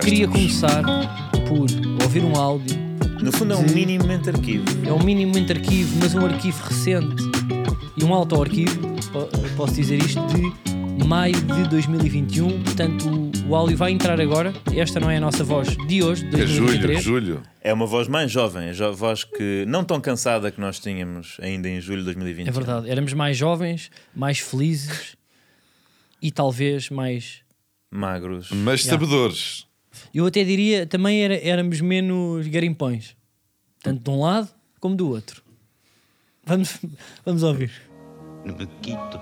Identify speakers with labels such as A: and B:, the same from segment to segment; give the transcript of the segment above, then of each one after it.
A: devia começar por ouvir um áudio.
B: No fundo é um minimamente arquivo.
A: É um minimamente arquivo, mas um arquivo recente e um auto-arquivo, po- posso dizer isto, de maio de 2021. Portanto, o- o áudio vai entrar agora. Esta não é a nossa voz de hoje, de
C: É julho,
A: 2023.
C: julho.
B: É uma voz mais jovem, a voz que não tão cansada que nós tínhamos ainda em julho de 2020.
A: É verdade, éramos mais jovens, mais felizes e talvez mais.
B: Magros.
C: Mas
A: Yeah.
C: sabedores.
A: Eu até diria também era- éramos menos garimpões, tanto de um lado como do outro. Vamos, vamos ouvir.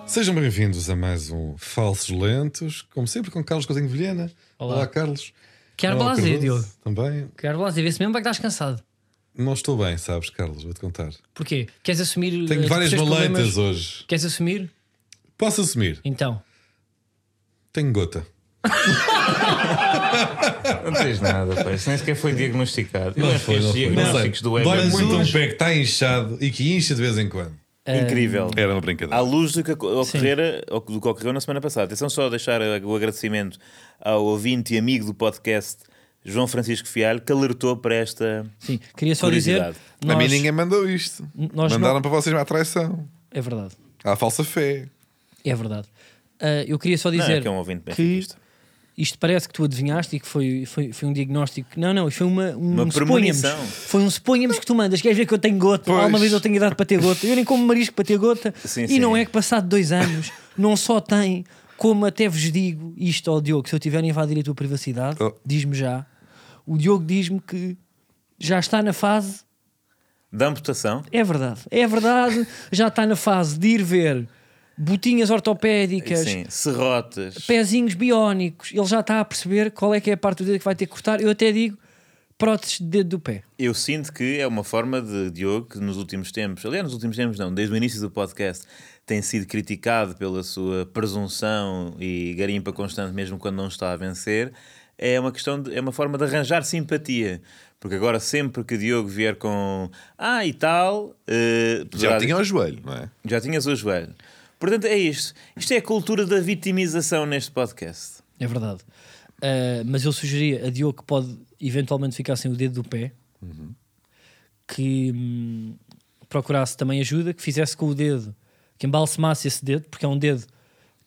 C: Sejam bem-vindos a mais um Falsos Lentos, como sempre com Carlos Coutinho Vilhena.
A: Olá.
C: Olá, Carlos.
A: Quero
B: Ah,
C: Olá,
A: blazer,
C: Cardoso.
A: Diogo.
C: Também.
A: Quero blazer, vê-se mesmo para que estás cansado.
C: Não estou bem, sabes, Carlos, vou-te contar.
A: Porquê? Queres assumir.
C: Tenho
A: eh,
C: várias
A: os teus
C: maleitas
A: problemas?
C: hoje.
A: Queres assumir?
C: Posso assumir?
A: Então.
C: Tenho gota.
D: Não tens nada, pá. Isso nem sequer foi diagnosticado. Eu acho que
C: Foi,
D: estes
C: foi.
B: é
D: diagnósticos do
C: Dói
D: Emerson-
C: muito um pé que está inchado e que incha de vez em quando.
A: É
B: Incrível.
C: Era uma
B: À
C: brincadeira.
B: luz do que ocorrer, do que ocorreu na semana passada. Atenção só a deixar o agradecimento ao ouvinte e amigo do podcast João Francisco Fialho, que alertou para esta.
A: Sim, queria só dizer.
B: Curiosidade.
A: Nós,
C: A mim ninguém mandou isto.
A: N- nós
C: Mandaram
A: não-
C: para vocês uma traição.
A: É verdade,
C: À falsa fé.
A: é verdade. Ah, eu queria só
B: Não,
A: dizer
B: é que é um ouvinte bem
A: que
B: isto.
A: isto parece que tu adivinhaste e que foi, foi, foi um diagnóstico. Não, não, isto foi uma, um
B: Uma
A: suponhamos.
B: premonição.
A: Foi um suponhamos que tu mandas. Queres ver que eu tenho gota?
C: Pois.
A: Alguma vez eu tenho idade para ter gota. Eu nem como marisco para ter gota.
B: Sim,
A: e
B: sim.
A: não é que passado dois anos não só tem, como até vos digo isto ao Diogo, se eu tiver a invadir a tua privacidade,
C: Oh.
A: diz-me já. O Diogo diz-me que já está na fase
B: Da amputação.
A: É verdade, é verdade. Já está na fase de ir ver botinhas ortopédicas,
B: Sim, serrotes.
A: pezinhos biónicos. Ele já está a perceber qual é que é a parte do dedo que vai ter que cortar. Eu até digo prótese de dedo do pé.
B: Eu sinto que é uma forma de Diogo que nos últimos tempos, aliás, nos últimos tempos não, desde o início do podcast, tem sido criticado pela sua presunção e garimpa constante, mesmo quando não está a vencer. É uma questão de, é uma forma de arranjar simpatia. Porque agora, sempre que Diogo vier com ah e tal, eh,
C: Já
B: poderá-
C: tinha o joelho, não é?
B: já tinhas o joelho. Portanto, é isto. Isto é a cultura da vitimização neste podcast.
A: É verdade. Ah, mas eu sugeria a Diogo que pode eventualmente ficar sem o dedo do pé,
B: Uhum.
A: que hum, procurasse também ajuda, que fizesse com o dedo, que embalsamasse esse dedo, porque é um dedo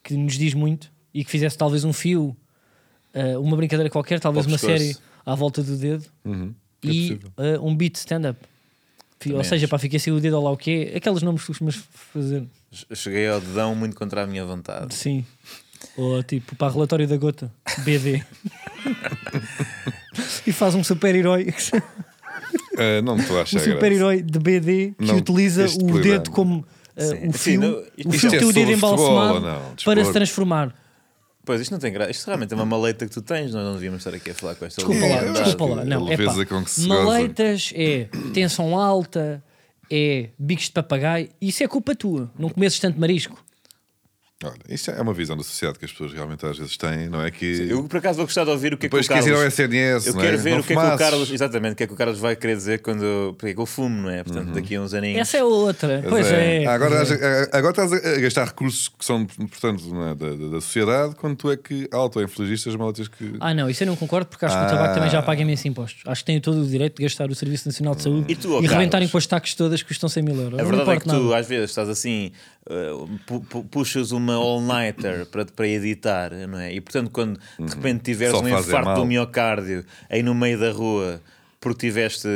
A: que nos diz muito, e que fizesse talvez um fio, ah, uma brincadeira qualquer, talvez
B: Ao
A: uma
B: pescoço.
A: série à volta do dedo, e ah, um beat stand-up. Fi- Ou
B: Uhum. É Também
A: seja,
B: acho.
A: para ficar sem o dedo ou lá o quê, aqueles nomes que tu costumas fazer,
B: Che- Cheguei ao dedão muito contra a minha vontade.
A: sim, ou tipo para relatório da gota, BD. e faz um super-herói,
C: Ah, não me estou a achar
A: um
C: é graça.
A: super-herói de BD que
C: Não,
A: utiliza
C: este
A: o
C: programa.
A: dedo como ah,
B: Sim.
A: o
B: Sim,
A: fio,
B: não,
A: o
B: isto
A: fio tem
B: é
A: o dedo
C: sobre futebol
A: embalsamado
C: ou não? é
A: para se
C: Desporto.
A: transformar.
B: Pois isto não tem graça. Isto realmente é uma maleta que tu tens. Nós não devíamos estar aqui a falar com esta
A: Desculpa lá,
C: eu
B: leviandade.
C: acho
A: desculpa
C: que
A: lá. Não,
C: a
A: é pá.
C: leveza com que se goza.
A: Maleitas é tensão alta, é bicos de papagaio. Isso é culpa tua. Não comeces tanto marisco.
C: Olha, isto é uma visão da sociedade que as pessoas realmente às vezes têm, não é? Que
B: Eu por acaso vou gostar de ouvir o que
C: depois
B: é que o
C: quis ir ao
B: Carlos...
C: SNS.
B: Eu
C: não
B: quero
C: é?
B: ver
C: Não
B: o que é que o
C: fumasses.
B: Carlos... Exatamente, o que é que o Carlos vai querer dizer quando... Porque é que eu fumo, não é? Portanto,
C: Uhum.
B: daqui a uns aninhos...
A: Essa é outra. Pois é.
C: Agora, eh,
A: pois é.
C: agora estás a gastar recursos que são, portanto, não é, da, da- da sociedade, quando tu é que auto-infligiste as maletas que.
A: Ah, não, isso eu não concordo porque acho que o
C: Ah.
A: tabaco também já paga imensos impostos. Acho que tenho todo o direito de gastar o Serviço Nacional de Saúde
B: E tu, ó, Carlos?
A: rebentarem com as taques todas que custam 100 mil euros.
B: A
A: não
B: verdade é
A: importa
B: que tu
A: nada.
B: às vezes estás assim, uh, pu- pu- puxas uma all-nighter para, para editar, não é? E portanto, quando de repente tiveres
C: Uhum. Só
B: um
C: fazem
B: infarto do
C: mal.
B: miocárdio aí no meio da rua, porque tiveste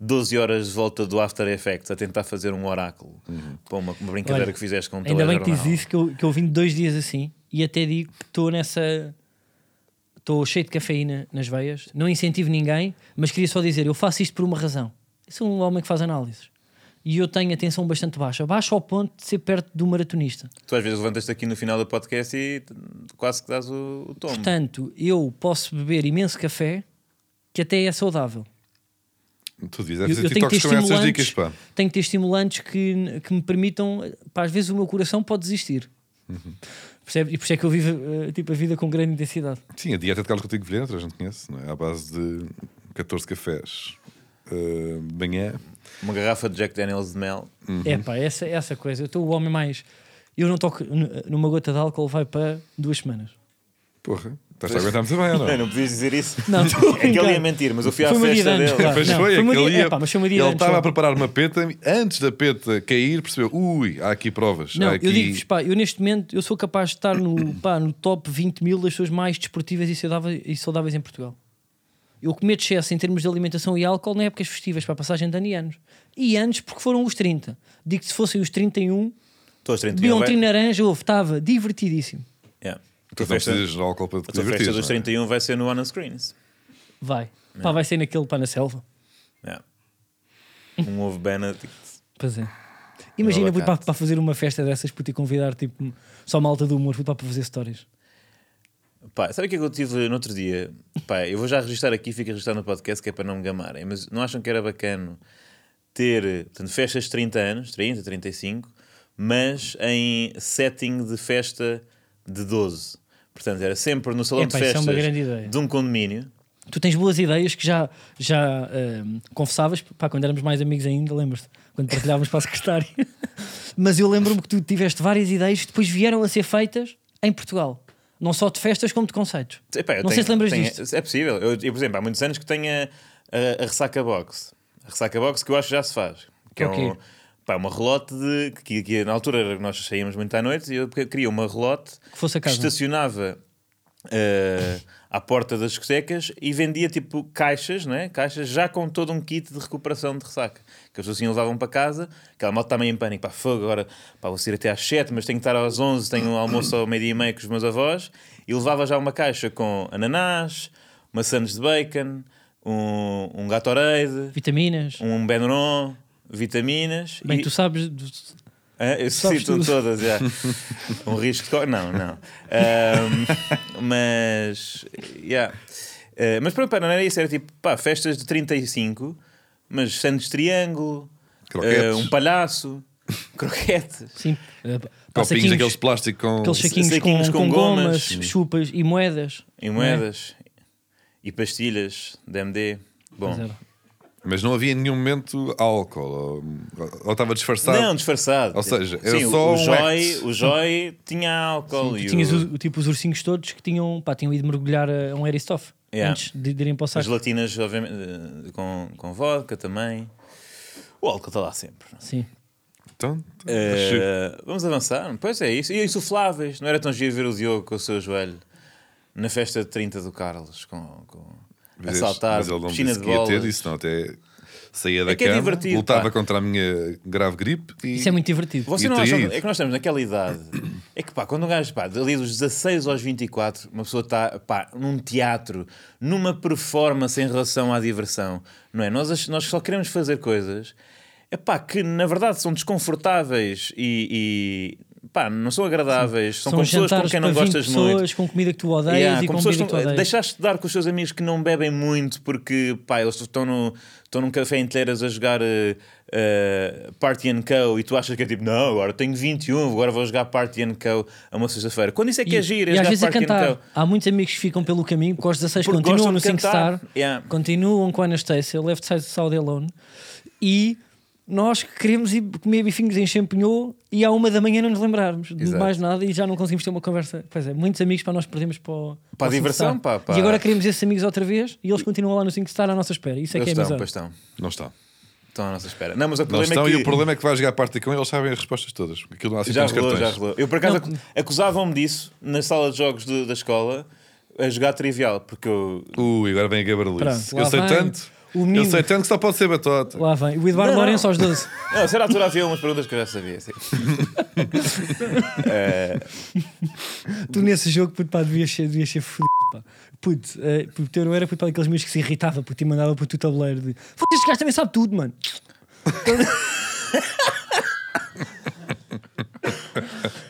B: 12 horas de volta do After Effects a tentar fazer um oráculo
C: Uhum.
B: para uma, uma brincadeira
A: Olha,
B: que fizeste com um
A: Ainda bem que diz
B: telejornal.
A: isso, que eu, que eu vim de dois dias assim e até digo que estou nessa. Estou cheio de cafeína nas veias, não incentivo ninguém, mas queria só dizer: eu faço isto por uma razão. Eu sou um homem que faz análises e eu tenho atenção bastante baixa, baixa ao ponto de ser perto do maratonista.
B: Tu às vezes levantas-te aqui no final do podcast e t- quase que dás o, o tomo.
A: Portanto, eu posso beber imenso café que até é saudável.
C: Tu dizes, é
A: Eu,
C: fazer
A: eu tenho que
C: TikToks
A: ter
C: com essas dicas,
A: estimulantes,
C: pá.
A: tenho que ter estimulantes que, que me permitam, pá, às vezes o meu coração pode desistir. Percebe? E por isso é que eu vivo eh, tipo, a vida com grande intensidade.
C: Sim, a dieta de Carlos Coutinho Vilhena, toda a gente conhece, não é? À base de 14 cafés ah, de manhã.
B: Uma garrafa de Jack Daniels de mel.
C: Uhum.
A: É pá, essa, essa coisa. Eu estou o homem mais. Eu não toco n- numa gota de álcool, vai para duas semanas.
C: Porra, Estás a aguentar muito bem, ou
B: Não,
C: não? é?
B: não podias dizer isso.
A: Não, estou a
B: é que ele
A: brincar.
B: ia mentir, mas eu fui à
A: Foi uma dia
B: festa
A: de
B: dele.
A: anos, claro.
C: Mas
A: Não,
C: foi,
A: foi um
C: aquele
A: dia-
C: ia-
A: epá, mas foi um dia
C: ele
A: antes,
C: estava
A: só.
C: a preparar uma peta, antes da peta cair, percebeu, ui, há aqui provas.
A: Não,
C: há aqui...
A: eu digo-vos, pá, eu neste momento eu sou capaz de estar no, pá, no top 20 mil das pessoas mais desportivas e saudáveis, e saudáveis em Portugal. Eu cometo excesso em termos de alimentação e álcool na épocas festivas, para a passagem de ano e anos. E anos porque foram os 30. Digo que se fossem os 31,
B: Estou aos 31.
A: bebi um
B: vai-
A: trio naranja, houve, estava divertidíssimo.
B: Yeah. A tua
C: Tu não
B: festa,
C: Então, precisas de álcool para
B: a
C: te
B: tua
C: divertir. é?
B: festa dos 31 vai ser no On Screens.
A: Vai. Pá, vai ser naquele pá na selva.
B: Yeah. Um ovo Benedict.
A: Pois é. Imagina,
B: Meu
A: fui para,
B: abacate.
A: para fazer uma festa dessas, por te convidar, tipo, só malta do humor, fui para fazer histórias.
B: Pá, sabe o que é que eu tive no outro dia? Pá, eu vou já registrar aqui, fica registrar no podcast que é para não me gamarem, mas não acham que era bacana ter portanto, festas de 30 anos, 30, 35, mas em setting de festa de 12. Portanto, era sempre no salão
A: Epá,
B: de
A: isso é
B: festas
A: uma grande ideia.
B: de um condomínio.
A: Tu tens boas ideias que já, já ehm, confessavas, pá, quando éramos mais amigos ainda, lembras-te? Quando partilhávamos para a secretária. Mas eu lembro-me que tu tiveste várias ideias que depois vieram a ser feitas em Portugal. Não só de festas, como de conceitos.
B: Epá, eu
A: Não sei se lembras disto.
B: É possível. Eu, eu, por exemplo, há muitos anos que tenho a, a- a ressaca box. A ressaca box que eu acho que já se faz. Que é
A: Ok.
B: um, pá, uma relote de. Que, que na altura era que nós saíamos muito à noite e eu queria uma relote
A: Que fosse a casa.
B: estacionava eh, à porta das discotecas e vendia tipo caixas, né? caixas já com todo um kit de recuperação de ressaca. Que as pessoas assim levavam para casa, aquela malta está meio em pânico, pá, fogo, agora pá, vou sair até às 7, mas tenho que estar às 11, tenho um almoço ao meio-dia e meio com os meus avós, e levava já uma caixa com ananás, maçãs de bacon, um, um Gatorade,
A: Vitaminas.
B: um Benuron, vitaminas.
A: Bem,
B: e-
A: tu sabes. tu-
B: Hã? É, eu
A: Sabes
B: cito
A: tudo.
B: todas, já. Um risco de. co- Não, não. Ahm, mas. Yeah. Eh, mas pronto, pá, não era isso, era tipo, pá, festas de 35, mas Santos Triângulo,
C: Croquetes.
B: eh, um palhaço, croquete.
A: Sim. eh, pá,
C: Copinhos
A: saquinhos,
C: daqueles plástico com...
A: aqueles saquinhos,
B: saquinhos
A: com,
B: com
A: com gomas,
B: gomas.
A: chupas e moedas.
B: E
A: não é?
B: moedas, e pastilhas de MD. Bom.
A: Pois era.
C: Mas não havia em nenhum momento álcool. Ou, ou estava disfarçado.
B: Não, disfarçado.
C: Ou seja, era
B: Sim, o-
C: só
B: o,
C: um
B: Joy,
C: act.
B: o Joy tinha álcool.
A: Tu
B: e
A: tinhas
B: o-
A: o, tipo os ursinhos todos que tinham, pá, tinham ido mergulhar a um Aristoff
B: Yeah.
A: antes de, de irem para o
B: As
A: saco.
B: latinas, obviamente, eh, com, com vodka também. O álcool está lá sempre.
A: Sim.
C: Então,
B: Eh, vamos avançar? Pois é, isso. E insufláveis. Não era tão giro ver o Diogo com o seu joelho na festa de 30 do Carlos, com, com a
C: mas este-
B: saltar
C: mas ele não me
B: piscina
C: disse
B: de
C: que ia ter
B: bolas.
C: isso, não. Até saía da
B: que é
C: cama,
B: divertido,
C: lutava
B: pá.
C: contra a minha grave gripe e...
A: Isso é muito divertido.
B: Você
C: E
B: não
C: teria
B: acha,
C: ido.
B: é que nós estamos naquela idade. É que pá, quando um gajo, pá, ali dos 16 aos 24, uma pessoa está, pá, num teatro, numa performance em relação à diversão, não é? Nós, ach- nós só queremos fazer coisas, é pá, que na verdade são desconfortáveis e, e, pá, não são agradáveis, são, com pessoas com
A: jantares
B: quem não
A: para 20
B: gostas
A: pessoas,
B: muito.
A: com comida que tu odeias
B: Yeah,
A: e
B: com
A: com,
B: pessoas
A: comida que tu
B: que não-
A: odeias.
B: deixaste de dar com os teus amigos que não bebem muito porque pá, eles estão, no, estão num café inteiras a jogar eh, eh, Party and Co. e tu achas que é tipo, não, agora tenho 21, agora vou jogar Party and Co. a uma sexta-feira. Quando isso é que é giro, é
A: e às
B: jogar
A: vezes a
B: Party
A: cantar.
B: and Co.
A: Há muitos amigos que ficam pelo caminho, porque aos 16
B: Porque
A: continuam
B: gostam
A: no
B: de cantar.
A: SingStar,
B: Yeah.
A: continuam com a Anastasia, Left Side Saudi Alone, e nós que queremos ir comer bifinhos em champignon e à uma da manhã não nos lembrarmos de
B: Exato.
A: mais nada e já não conseguimos ter uma conversa. Pois é, muitos amigos para nós perdemos para, o-
B: Para a
A: o
B: diversão,
A: SingStar.
B: pá, pá.
A: E agora queremos esses amigos outra vez e eles continuam lá no SingStar à nossa espera. Isso é
B: Eles
A: que é
B: estão,
A: amizade.
B: pois estão.
C: Não está.
B: Estão à nossa espera. Não, mas o
C: Não
B: problema
C: estão
B: é que...
C: e o problema é que vai jogar parte com eles, sabem as respostas todas. Aquilo não há assim
B: Já
C: tantos
B: rolou, já
C: cartões.
B: rolou. Eu por acaso acu- acusavam-me disso na sala de jogos de- da escola a jogar trivial, porque eu
C: Ui, agora vem a Gabarlice.
A: Pronto,
C: Eu
A: lá
C: sei
A: vem
C: tanto.
A: o
C: Eu
A: menino.
C: sei tanto que só pode ser batota.
A: Lá vem. O Eduardo
B: Não, não.
A: Lourenço aos 12.
B: Não, será altura havia umas perguntas que eu já sabia. Sim. Eh,
A: Tu nesse jogo, puto, pá, devias ser, devias ser fudido, pá. Puto, eh, puto, eu não era puto, pá, aqueles meus que se irritava, puto, e mandava para o teu tabuleiro de... Foda-se, este gajo também sabe tudo, mano.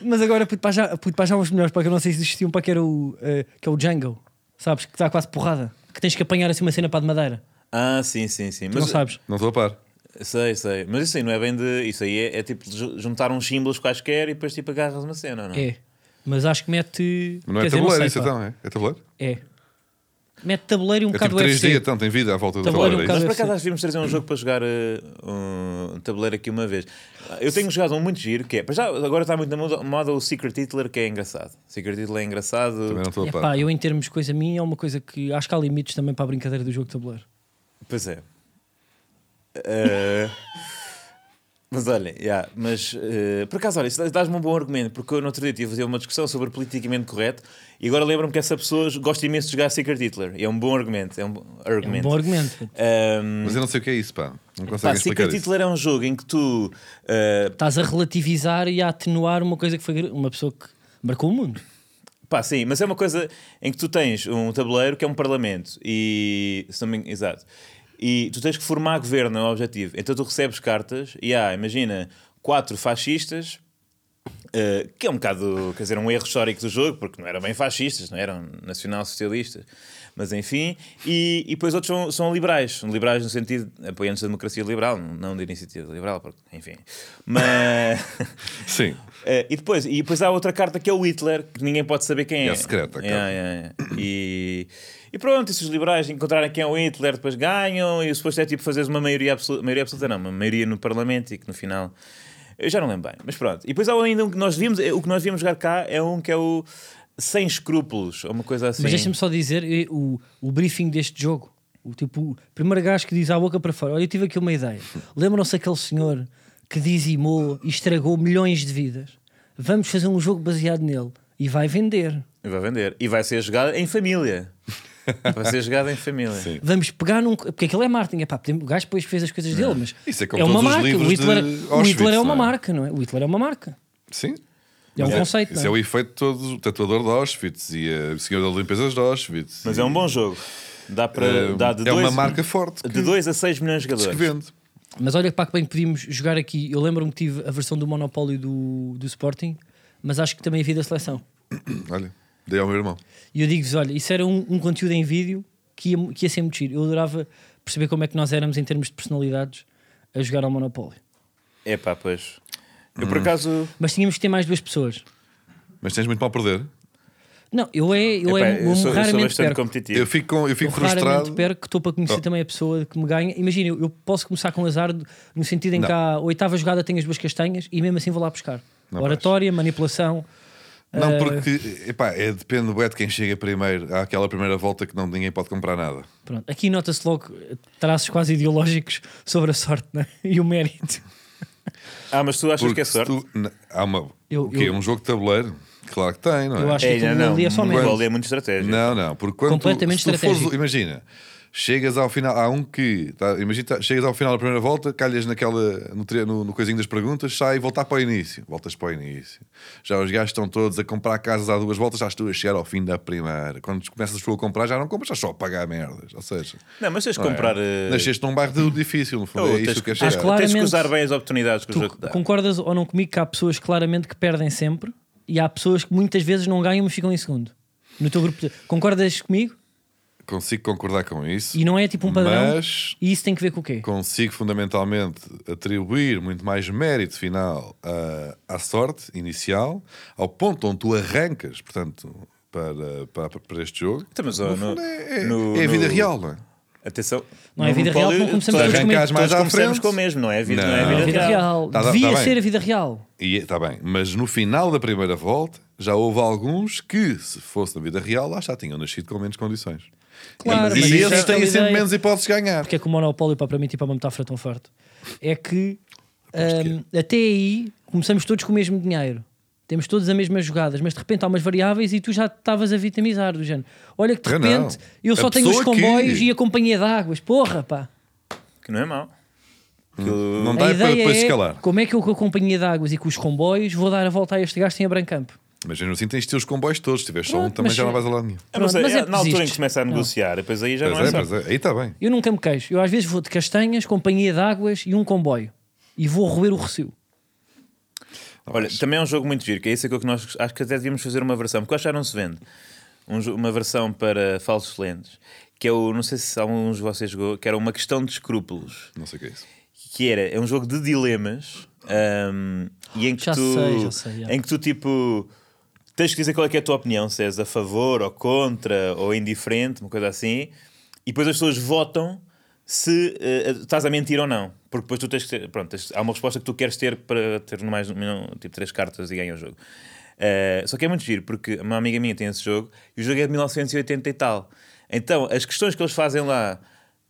A: Mas agora, puto, pá, já, puto, pá, já há uns melhores, pá, que eu não sei se existiam, pá, que era o... eh, que é o Django, sabes? Que dá quase porrada. Que tens que apanhar assim uma cena, pá, de madeira.
B: ah, sim, sim, sim.
A: Tu
B: Mas,
A: não sabes?
C: Não estou a par.
B: Sei, sei. Mas isso aí não é bem de. Isso aí é, é tipo ju- juntar uns símbolos quaisquer e depois tipo agarras uma cena, não é?
A: É. Mas acho que mete...
C: Mas Não
A: quer
C: é
A: dizer,
C: tabuleiro
A: sei,
C: isso
A: pá. Um
C: então, é? É tabuleiro?
A: É. Mete tabuleiro e um
C: É
A: bocado
C: tipo 3D,
A: UFC.
C: então tem vida à volta do
A: Tabuleiro
C: tabuleiro.
A: um bocado-
C: é isso?
B: Nós por acaso acho que devíamos trazer um jogo para jogar eh, um tabuleiro aqui uma vez. Eu tenho jogado um muito giro que é. para já, agora está muito na moda, moda o Secret Hitler que é engraçado. Secret Hitler é engraçado.
C: Também não estou a
A: Epá,
C: par.
A: eu em termos de coisa minha é uma coisa que acho que há limites também para a brincadeira do jogo de tabuleiro.
B: Pois é. Eh, mas olha, yeah, mas eh, por acaso, olha, isso dás-me um bom argumento, porque eu no outro dia tive a fazer uma discussão sobre politicamente correto e agora lembro-me que essa pessoa gosta imenso de jogar Secret Hitler. E é um bom argumento. É um bom
A: É um
B: argumento. Eh,
A: bom argumento.
B: Ahm,
C: Mas eu não sei o que é isso, pá. Não
B: Pá,
C: conseguem explicar
B: Secret
C: isso.
B: Hitler é um jogo em que tu eh,
A: Estás a relativizar e a atenuar uma coisa que foi gra- uma pessoa que marcou o mundo.
B: Pá, sim, mas é uma coisa em que tu tens um tabuleiro que é um parlamento e. se não me engano- Exato. E tu tens que formar governo, é o objetivo. Então tu recebes cartas e há, imagina, quatro fascistas, eh, que é um bocado, quer dizer, um erro histórico do jogo, porque não eram bem fascistas, não eram nacional-socialistas, mas enfim. E, e depois outros são, são liberais, são liberais no sentido apoiantes da democracia liberal, não da iniciativa liberal, porque, enfim. Mas.
C: Sim.
B: Eh, e, depois, e depois há outra carta que é o Hitler, que ninguém pode saber quem é.
C: é secreta, a carta.
B: Yeah, yeah, yeah. E, e pronto, e se os liberais encontrarem quem é o Hitler, depois ganham, e o suposto é tipo fazeres uma maioria absoluta, maioria absoluta, não, uma maioria no Parlamento e que no final. Eu já não lembro bem, mas pronto. E depois há ainda um que nós vimos, o que nós vimos jogar cá é um que é o Sem Escrúpulos, ou uma coisa assim.
A: Mas deixa-me só dizer eh, o, o briefing deste jogo. O tipo, o primeiro gajo que diz à boca para fora: Olha, eu tive aqui uma ideia. Lembram-se aquele senhor que dizimou e estragou milhões de vidas? Vamos fazer um jogo baseado nele e vai vender.
B: E Vai vender. E vai ser jogado em família. Vai ser jogado em família. Sim.
A: Vamos pegar num. Porque aquilo é marketing. Epá, podemos- o gajo depois fez as coisas dele, mas
C: Isso é como
A: uma
C: todos os
A: marca. O
C: livros
A: Hitler,
C: de
A: o Hitler
C: Auschwitz,
A: é uma
C: não é?
A: marca, não é? O Hitler é uma marca.
C: Sim.
A: É um
C: Mas
A: conceito.
C: Isso
A: não
C: é
A: é?
C: o efeito de todos. O tatuador de Auschwitz e a senhora das limpezas de Auschwitz.
B: Mas
C: e,
B: é um bom jogo. Dá para.
C: eh,
B: dá de
C: é uma
B: dois- né?
C: marca forte que,
B: De 2 a 6 milhões de
C: que
B: jogadores.
C: vende.
A: Mas olha que pá, que bem que podíamos jogar aqui. Eu lembro-me que tive a versão do Monopólio do, do Sporting, mas acho que também havia da seleção.
C: Olha, dei ao meu irmão.
A: E eu digo-vos: olha, isso era um, um conteúdo em vídeo que ia, que ia ser muito giro. Eu adorava perceber como é que nós éramos em termos de personalidades a jogar ao Monopólio.
B: É pá, pois. Eu
A: Hum.
B: por acaso.
A: Mas tínhamos que ter mais duas pessoas.
C: Mas tens muito mal a perder.
A: Não, eu é, eu
B: Epá,
A: é, eu
B: eu sou, eu sou
A: raramente
B: bastante
A: perco.
B: competitivo.
C: Eu fico, com- eu
A: Eu
C: fico
A: raramente
C: frustrado.
A: perco, que estou para conhecer
C: Oh.
A: também a pessoa que me ganha. Imagina, eu, eu posso começar com azar do- no sentido em que
C: Não.
A: a oitava jogada tem as duas castanhas e mesmo assim vou lá buscar.
C: Não
A: Oratória, manipulação. Eh,
C: Não, porque epá, é, depende do de quem chega primeiro. Há aquela primeira volta que não, ninguém pode comprar nada.
A: Pronto. Aqui nota-se logo eh, traços quase ideológicos sobre a sorte né? e o mérito.
B: Ah, mas tu achas que é
C: se
B: sorte?
C: tu- na- há uma,
A: Eu-
C: o quê?
A: eu-
C: Um jogo de tabuleiro? Claro que tem, não é?
A: Eu acho que
B: É,
A: aquilo ali é só
B: muito-
A: mérito.
B: ali é muito estratégia.
C: Não, não, porque quando
A: Completamente
C: tu, se tu fores-
A: estratégico.
C: imagina, chegas ao final, há um que, tá, imagina, tá- chegas ao final da primeira volta, calhas naquela, no, tre- no, no coisinho das perguntas, sai e voltar para o início. Voltas para o início. Já os gajos estão todos a comprar casas há duas voltas, já estou a chegar ao fim da primeira. Quando começas tu a comprar, já não compras, estás só a pagar merdas. Ou seja,
B: Não, mas tens de
C: não é?
B: comprar. eh,
C: nasceste num bairro de- difícil, no fundo.
B: ou
C: é
B: tens,
C: isto que é
B: tens-
A: Ah,
C: chegar.
A: claro.
B: tens que
A: Claramente.
B: usar bem as oportunidades que o
A: Tu
B: jogo te dá.
A: concordas ou não comigo que há pessoas claramente que perdem sempre e há pessoas que muitas vezes não ganham mas ficam em segundo? No teu grupo, de- concordas comigo?
C: Consigo concordar com isso.
A: E não é tipo um padrão?
C: Mas-
A: E isso tem que ver com o quê?
C: consigo fundamentalmente atribuir muito mais mérito final ah, à sorte inicial, ao ponto onde tu arrancas, portanto, para, para, para este jogo.
B: Então, mas, ó,
C: No
B: no-
C: fundo, é, é-
B: no-
C: é a vida
B: no-
C: real, não é?
B: Atenção.
A: Não é
B: No
A: vida real,
B: Monopólio,
A: não começamos
B: todos
A: todos
B: arrancamos-
C: Arrancares mais
B: todos
C: à
B: começamos
C: frente.
B: com o mesmo, não é vida, não. é
C: Não.
B: vida,
A: A vida real.
C: Tá, tá,
A: Devia
C: tá bem.
A: ser a vida real.
C: E está bem, mas no final da primeira volta já houve alguns que, se fosse na vida real, lá já tinham nascido com menos condições.
A: Claro, mas
C: e e
A: isso é
C: eles têm
A: aquela
C: sempre
A: ideia.
C: menos hipóteses de ganhar.
A: porque é que o monopólio para mim tipo é uma metáfora tão forte é que
C: Aposto que é.
A: hum, até aí começamos todos com o mesmo dinheiro temos todas as mesmas jogadas mas de repente há umas variáveis e tu já estavas a vitamizar do género olha que de
C: Ah, não.
A: repente eu
C: A
A: só tenho os
C: pessoa que-
A: comboios e a companhia de águas porra pá
B: Que não é mau. Aquilo-
C: Não
A: a
C: dá é para
A: ideia
C: depois
A: é
C: escalar.
A: como é que eu com a companhia de águas e com os comboios vou dar a volta a este gajo sem abrancampo
C: Mas mesmo assim tens de ter os comboios todos, se tiveres só um
A: Pronto,
C: também
A: mas-
C: já não vais a lado nenhum.
B: Ah, mas
A: Pronto, mas
B: é-
A: é
B: na altura em que
A: desistes.
B: começa a
A: Não.
B: negociar, depois aí já
C: Pois
B: não é,
C: é,
B: sorte.
C: pois é. Aí está bem.
A: eu nunca me queixo eu às vezes vou de castanhas companhia de águas e um comboio e vou roer o recio
B: Olha, também é um jogo muito giro, que é isso aquilo que nós acho que até devíamos fazer uma versão, porque eu acho que já não se vende. Um jo- uma versão para falsos lentes, que é o, não sei se alguns de vocês jogou, que era uma questão de escrúpulos,
C: Não sei o que é isso.
B: que era, é um jogo de dilemas, ahm, e em que
A: Já
B: tu
A: sei, já sei, já.
B: em que tu tipo Tens que dizer qual é, que é a tua opinião, se és a favor ou contra ou indiferente, uma coisa assim. E depois as pessoas votam se eh, estás a mentir ou não. Porque depois tu tens que ter. Pronto, tens- há uma resposta que tu queres ter para ter no mais no- tipo três cartas e ganha o jogo. Eh, só que é muito giro, porque uma amiga minha tem esse jogo e o jogo é de 1980 e tal. Então as questões que eles fazem lá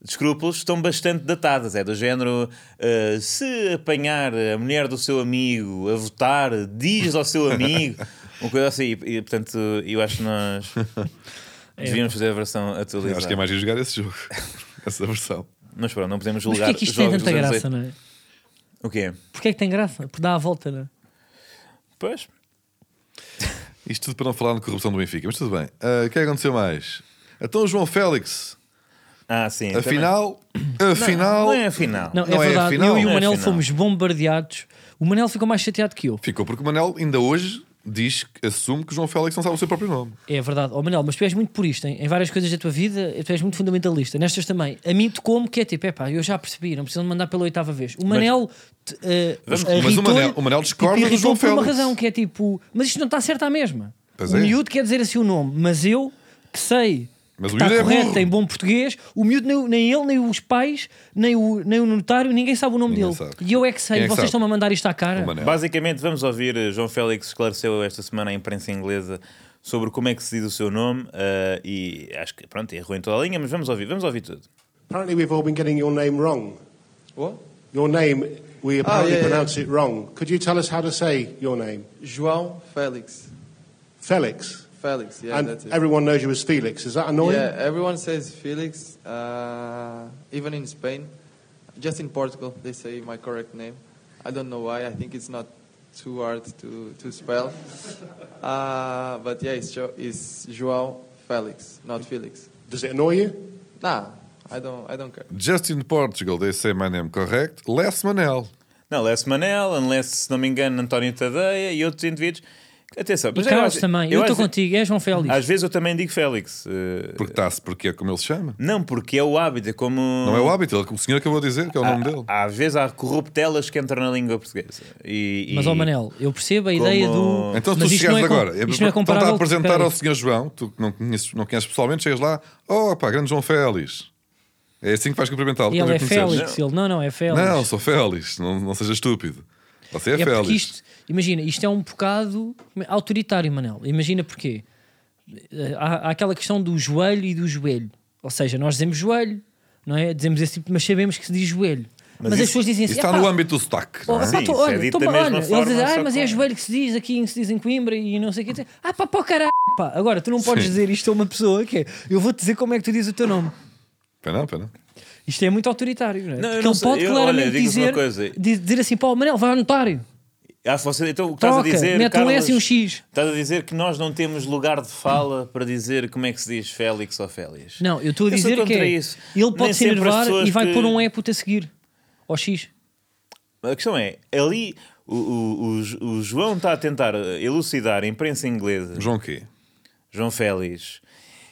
B: de escrúpulos estão bastante datadas. É do género: eh, se apanhar a mulher do seu amigo a votar, diz ao seu amigo. Uma coisa assim. E, e, portanto, eu acho que nós
A: É.
B: devíamos fazer a versão atualizada.
C: Acho que é mais ir jogar esse jogo. Essa versão.
B: Mas pronto, não
A: Mas
B: podemos julgar
A: porquê é que isto tem
B: jogos
A: tanta
B: dos anos
A: graça, não é?
B: 80. O quê?
A: Porquê é que tem graça? Porque dá a volta, não é?
B: Pois.
C: Isto tudo para não falar de corrupção do Benfica, mas tudo bem. Ah, o que é que aconteceu mais? Então o João Félix,
B: Ah, sim. também.
C: afinal, afinal,
B: Não é afinal.
A: Não,
C: Não é
A: é verdade.
C: afinal.
A: eu e
B: Não
A: o
B: é
A: Manel
B: afinal.
A: fomos bombardeados. O Manel ficou mais chateado que eu.
C: ficou porque o Manel ainda hoje diz, que- assume que o João Félix não sabe o seu próprio nome.
A: É verdade. Ó Manel, mas tu és muito purista em, em várias coisas da tua vida, tu és muito fundamentalista. Nestas também. A mim tocou-me que é tipo, epá, eu já percebi, não precisam de mandar pela oitava vez. O Manel. te, eh,
B: Vamos-
A: irritou-lhe-
C: mas o Manel- o Manel discorda do
A: irritou-lhe
C: João
A: por uma
C: Félix.
A: razão que é tipo, mas isto não está certo à mesma.
C: Pois
A: o
C: é.
A: miúdo quer dizer assim o nome, mas eu que sei.
C: Mas
A: que
C: o
A: está
C: miúdo é
A: correto
C: burro.
A: em bom português, o miúdo, nem, nem ele, nem os pais, nem o, nem o notário, ninguém sabe o nome
C: Ninguém
A: dele.
C: sabe.
A: E eu é que sei,
C: Quem é que sabe?
A: vocês estão-me a mandar isto à
B: É.
A: cara.
C: O Manel.
B: Basicamente, vamos ouvir. eh, João Félix esclareceu esta semana à imprensa inglesa sobre como é que se diz o seu nome eh, e acho que, pronto, errou em toda a linha, mas vamos ouvir, vamos ouvir tudo.
E: Apparently, we've all been getting your name wrong.
F: What?
E: Your name, we apparently
F: Oh, yeah, yeah.
E: pronounce it wrong. Could you tell us how to say your name?
F: João Felix.
E: Felix.
F: Felix, yeah,
E: and
F: that's it.
E: everyone knows you as Felix. Is that annoying?
F: yeah, everyone says Felix, uh, even in Spain. Just in Portugal, they say my correct name. I don't know why, I think it's not too hard to, to spell. Uh, but yeah, it's, jo- it's João Felix, not Felix.
E: Does it annoy you?
F: Nah, I don't, I don't care.
C: Just in Portugal, they say my name correct, less Manel.
B: Não, Les Manel, unless, se não me engano, António Tadeia e outros indivíduos. Atenção,
A: E
B: é, eu
A: Carlos
B: acho-
A: também, eu estou
B: acho-
A: contigo, é João Félix.
B: Às vezes eu também digo Félix. eh,
C: Porque está-se porque é como ele se chama.
B: não, porque é o hábito, é como.
C: Não é o hábito, ele- o senhor acabou de dizer que é o
B: Ah,
C: nome dele.
B: Às vezes há corruptelas que entram na língua portuguesa. E, e-
A: Mas, ó Manel, eu percebo a
B: Como-
A: ideia do.
C: Então
A: mas
C: tu
A: isto
C: chegaste
A: não é com-
C: agora,
A: Isto não é
C: então está
A: comparável.
C: a apresentar
A: Espera
C: ao
A: aí.
C: senhor João, tu que não conheces, não conheces pessoalmente, chegas lá, oh pá, grande João Félix. É assim que vais cumprimentá-lo. quando
A: Ele
C: o
A: é
C: conheceres.
A: Félix, ele não, não, é Félix.
C: Não, sou Félix, não, não seja estúpido. Você é,
A: é
C: Félix.
A: porque isto, imagina, isto é um bocado autoritário, Manel. Imagina porquê. Eh, Há, há aquela questão do joelho e do joelho. Ou seja, nós dizemos joelho, não é? Dizemos esse tipo, mas sabemos que se diz joelho. Mas,
B: isso-
A: as pessoas dizem assim.
C: Isto está
A: "Epá,
C: no âmbito do sotaque.
A: Oh,
C: não é?
A: pá,
B: Sim,
A: tu-
B: isso é
A: olha,
B: dito
A: toma-
B: da mesma
A: olha,
B: forma,
A: eles dizem,
B: só
A: ah, mas
B: que Uhum.
A: é
B: não."
A: joelho que se diz aqui, que se diz em Coimbra e não sei o que. Ah, pá, pá, o caralho, pá. Agora, tu não podes
C: Sim.
A: dizer isto a uma pessoa que é, eu vou-te dizer como é que tu dizes o teu nome.
C: Pera não, pera não.
A: Isto é muito autoritário, não é?
B: Não, eu
A: Porque
B: não
A: ele
B: sei.
A: pode
B: Eu-
A: claramente
B: olha, digo-vos uma
A: dizer,
B: coisa.
A: di- dizer assim, pá, o Manel, vai ao notário.
B: Ah, você, então, o que
A: Troca,
B: estás a dizer,
A: mete um
B: Carlos,
A: S e um X.
B: Estás a dizer que nós não temos lugar de fala para dizer como é que se diz Félix ou Félix.
A: Não, eu estou a
B: Eu sou
A: dizer que
B: contra
A: é,
B: isso.
A: ele
B: Nem
A: pode se
B: sempre as
A: enervar
B: pessoas
A: e vai
B: que-
A: pôr um E puto a seguir. Ou X.
B: A questão é, ali o, o- o Jo- o João está a tentar eh, elucidar a imprensa inglesa,
C: João quê?
B: João Félix,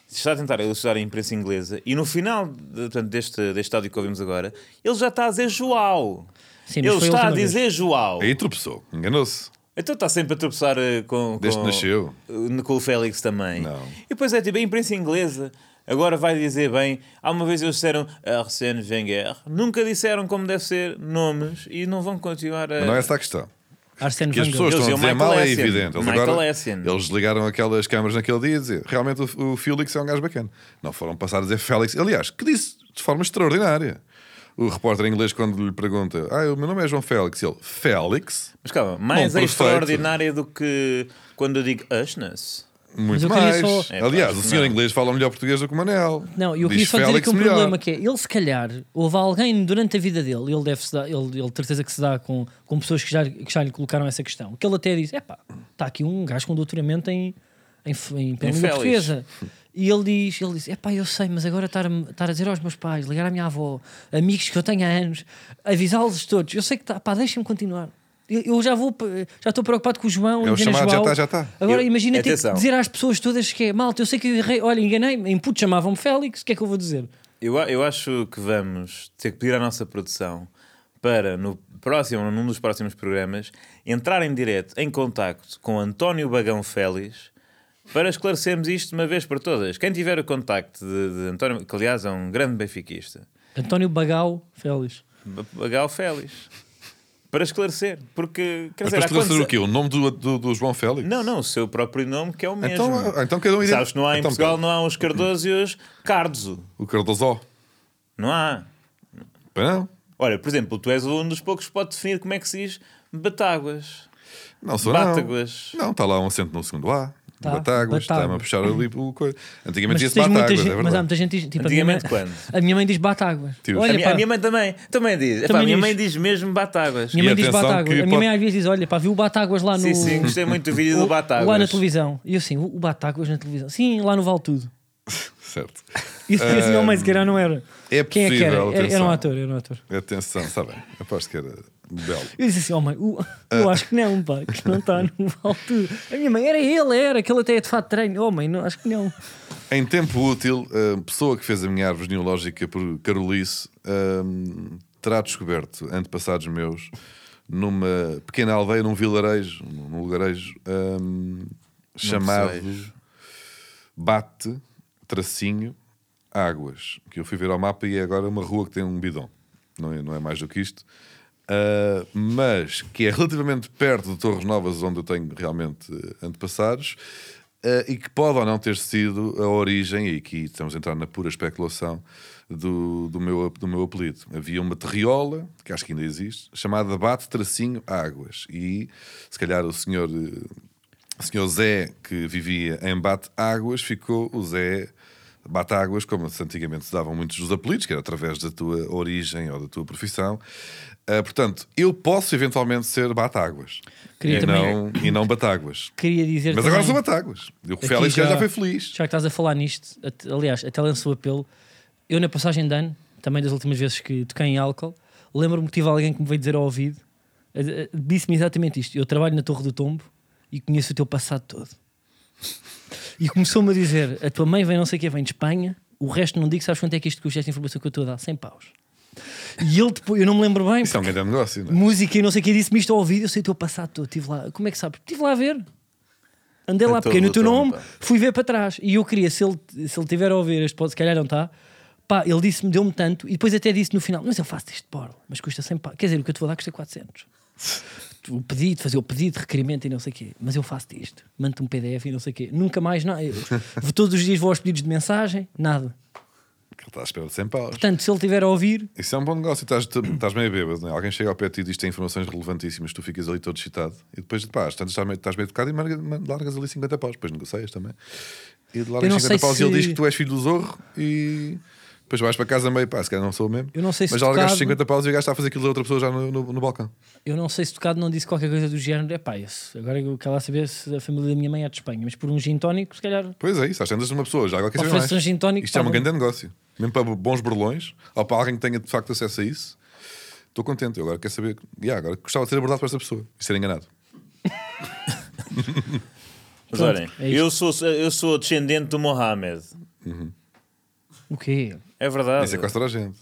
B: está a tentar elucidar a imprensa inglesa e no final de- portanto, deste, deste áudio que ouvimos agora, ele já está a dizer João.
A: Sim, mas
B: ele
A: foi
B: está a
A: última vez.
B: dizer João.
C: Aí tropeçou, enganou-se.
B: Então está sempre a tropeçar eh, com,
C: Desde
B: com,
C: que nasceu.
B: eh, com o Félix também.
C: Não.
B: E depois é tipo, a imprensa inglesa agora vai dizer bem. Há uma vez eles disseram Arsène Wenger, nunca disseram como deve ser nomes e não vão continuar a.
C: Mas não é essa a questão.
A: Arsene
C: Que as
A: Wenger.
C: pessoas
B: Eles
C: estão a
B: iam
C: dizer
B: Michael
C: mal é
B: Essien.
C: evidente. Eles,
B: Michael
C: agora,
B: Essien.
C: eles ligaram aquelas câmaras naquele dia e dizer realmente o, o Felix é um gajo bacana. Não foram passar a dizer Félix. Aliás, que disse de forma extraordinária. O repórter inglês, quando lhe pergunta, ah, o meu nome é João Félix, ele, Félix?
B: Mas calma, mais
C: perfeito.
B: extraordinária do que quando eu digo Ashness.
A: Mas
C: Muito
A: eu queria
C: mais.
A: só-
B: É,
C: Aliás,
B: pá,
C: o senhor
B: não.
C: inglês fala melhor português do que o Manel.
A: Não, eu
C: Diz
A: queria só dizer
C: Félix
A: aqui um
C: melhor.
A: problema que é, ele se calhar, houve alguém durante a vida dele, ele deve se dar, ele, ele de certeza que se dá com, com pessoas que já, que já lhe colocaram essa questão, que ele até diz, epá, está aqui um gajo com doutoramento em, em, f- em, pela
B: Em
A: língua
B: Félix.
A: portuguesa. E ele diz, ele diz, epá, eu sei, mas agora estar a, estar a dizer aos meus pais, ligar à minha avó, amigos que eu tenho há anos, avisá-los todos, eu sei que está, pá, deixem-me continuar. Eu- Eu já vou, p- já estou preocupado com o João.
C: É o
A: e João.
C: chamado, já está, já está.
A: Agora
B: Eu-
A: imagina ter que
B: atenção.
A: dizer às pessoas todas que é malta. Eu sei que eu errei, olha, enganei-me. Em puto chamavam-me Félix, o que é que eu vou dizer?
B: Eu, a- eu acho que vamos ter que pedir à nossa produção para, no próximo, num dos próximos programas, entrar em direto em contacto com António Bagão Félix para esclarecermos isto de uma vez por todas. Quem tiver o contacto de, de António, que aliás é um grande benfiquista,
A: António Bagal Félix.
B: B- Bagão Félix, para esclarecer, porque quer
C: Mas
B: dizer,
C: para
B: há quantos-
C: esclarecer o quê? O nome do, do, do João Félix?
B: Não, não, o seu próprio nome que é o mesmo.
C: Então, ah, então cada um ident-
B: Sabes, não há em
C: então,
B: Portugal,
C: pera.
B: não há os Cardoso e os Cardoso.
C: O Cardoso.
B: Não há.
C: Pois não?
B: Olha, por exemplo, tu és um dos poucos que pode definir como é que se diz Batáguas.
C: Não sou
B: Batáguas.
C: não. Não, está lá um acento no segundo A.
A: Tá,
C: Batáguas. Está-me a
A: Batáguas.
C: puxar ali o coisa. Antigamente
A: Mas,
C: dizia-se
A: tens muita
C: Batáguas, é
A: gente- mas há
C: verdade.
A: muita gente diz, tipo, a minha mãe,
B: Antigamente quando? Tipo,
A: a minha mãe diz Batáguas.
C: Tio,
A: Olha,
B: a, minha,
A: pá,
B: a minha mãe também, também diz. Epá,
A: Também
B: a minha
A: diz.
B: mãe diz mesmo Batáguas.
A: minha
C: E
A: mãe diz
C: atenção
A: Batáguas. A
C: que
A: minha
C: pode-
A: mãe às vezes diz, olha, pá, viu o Batáguas lá no...
B: Sim, sim, gostei muito do vídeo do Batáguas.
A: Lá na televisão. E eu assim, o o Batáguas na televisão. Sim, lá no Vale Tudo.
C: Certo.
A: E eu
B: Eh,
A: assim, não, mas se calhar não era.
C: é
A: Quem é que era?
C: possível,
A: Era, era um
C: atenção.
A: ator, era um ator.
C: Atenção, está bem. Aposto que era belo.
A: Eu disse assim, oh mãe, o- eu
C: Ah.
A: acho que não, pá, que não está no Vale Tudo. A minha mãe, era ele, era, que ele até é de fato treino. Oh mãe, não, acho que não.
C: Em tempo útil, a pessoa que fez a minha árvore genealógica por Carolice hum, terá descoberto antepassados meus numa pequena aldeia, num vilarejo, num lugarejo hum, chamado
B: Bocejo.
C: Bate Tracinho Águas, que eu fui ver ao mapa e é agora uma rua que tem um bidão. Não é, não é mais do que isto. Ah, mas que é relativamente perto de Torres Novas, onde eu tenho realmente eh, antepassados, ah, e que pode ou não ter sido a origem, e aqui estamos a entrar na pura especulação, do, do, meu, ap- do meu apelido. Havia uma terriola, que acho que ainda existe, chamada Bate Tracinho Águas, e se calhar o senhor eh, o senhor Zé, que vivia em Bate Águas, ficou o Zé Bate Águas, como se antigamente se davam muitos dos apelidos, que era através da tua origem ou da tua profissão. Ah, portanto, eu posso eventualmente ser Bate Águas.
A: Queria
C: e,
A: também-
C: não, e não Batáguas.
A: Queria dizer
C: Mas
A: também-
C: agora sou Batáguas. E O
A: Aqui
C: Félix já, já foi feliz.
A: Já que estás a falar nisto, at- aliás, até lanço o apelo. Eu, na passagem de ano, também das últimas vezes que toquei em álcool, lembro-me que tive alguém que me veio dizer ao ouvido, eh, eh, disse-me exatamente isto: Eu trabalho na Torre do Tombo e conheço o teu passado todo. E começou-me a dizer: A tua mãe vem não sei o que, vem de Espanha, o resto não digo, sabes quanto é que isto custa esta informação que eu estou a dar? 100 paus. E ele depois, eu não me lembro bem,
C: Isso é um grande negócio, não é?
A: música e não sei o que, disse-me isto ao ouvido, eu sei o teu passado todo, estive lá, como é que sabes? Estive lá a ver. Andei lá,
B: Eu tô-
A: peguei no
B: eu
A: Então, teu
B: tô-
A: nome, tá.
B: pá.
A: fui ver para trás. E eu queria, se ele, se ele tiver a ouvir este podcast, se calhar não está, pá, ele disse-me, deu-me tanto, e depois até disse no final, mas eu faço este porra, mas custa 100 pá. Quer dizer, o que eu te vou dar custa 400. O pedido, fazer o pedido, requerimento e não sei o quê. Mas eu faço isto. Mando-te um PDF e não sei o quê. Nunca mais, não. Eu, vou- todos os dias vou aos pedidos de mensagem, nada.
C: Ele está à espera de 100 paus.
A: Portanto, se ele tiver a ouvir,
C: Isso é um bom negócio, estás, estás meio bêbado, não é? Alguém chega ao pé de ti e diz que tem informações relevantíssimas, tu ficas ali todo excitado e depois, pá, às tantas estás meio, estás meio tocado e marga- man- largas ali 50 paus, depois negocias também. E de largas
A: não
C: 50
A: sei
C: paus e ele
A: se-
C: diz que tu és filho do Zorro e depois vais para casa meio, pá, se calhar não sou o mesmo.
A: Eu não sei se
C: Mas já largaste
A: tocado-
C: 50 paus e o gajo está a fazer aquilo da outra pessoa já no, no, no balcão.
A: Eu não sei se tocado não disse qualquer coisa do género. É pá, esse. Agora eu quero lá saber se a família da minha mãe é de Espanha, mas por um gin tónico, se calhar.
C: Pois é, isso, às tantas de uma pessoa, já agora quer saber
A: Oferece
C: mais.
A: um gin tónico,
C: Isto é um
A: paga-me.
C: grande negócio, mesmo para bons burlões ou para alguém que tenha de facto acesso a isso. Estou contente, eu agora quero saber. Yeah, agora gostava de ser abordado por esta pessoa e ser enganado.
B: Mas
A: Pronto,
B: olhem,
A: é isto.
B: eu, sou, eu sou descendente do Mohamed.
A: O quê?
B: É verdade.
C: Isso é quase toda a gente.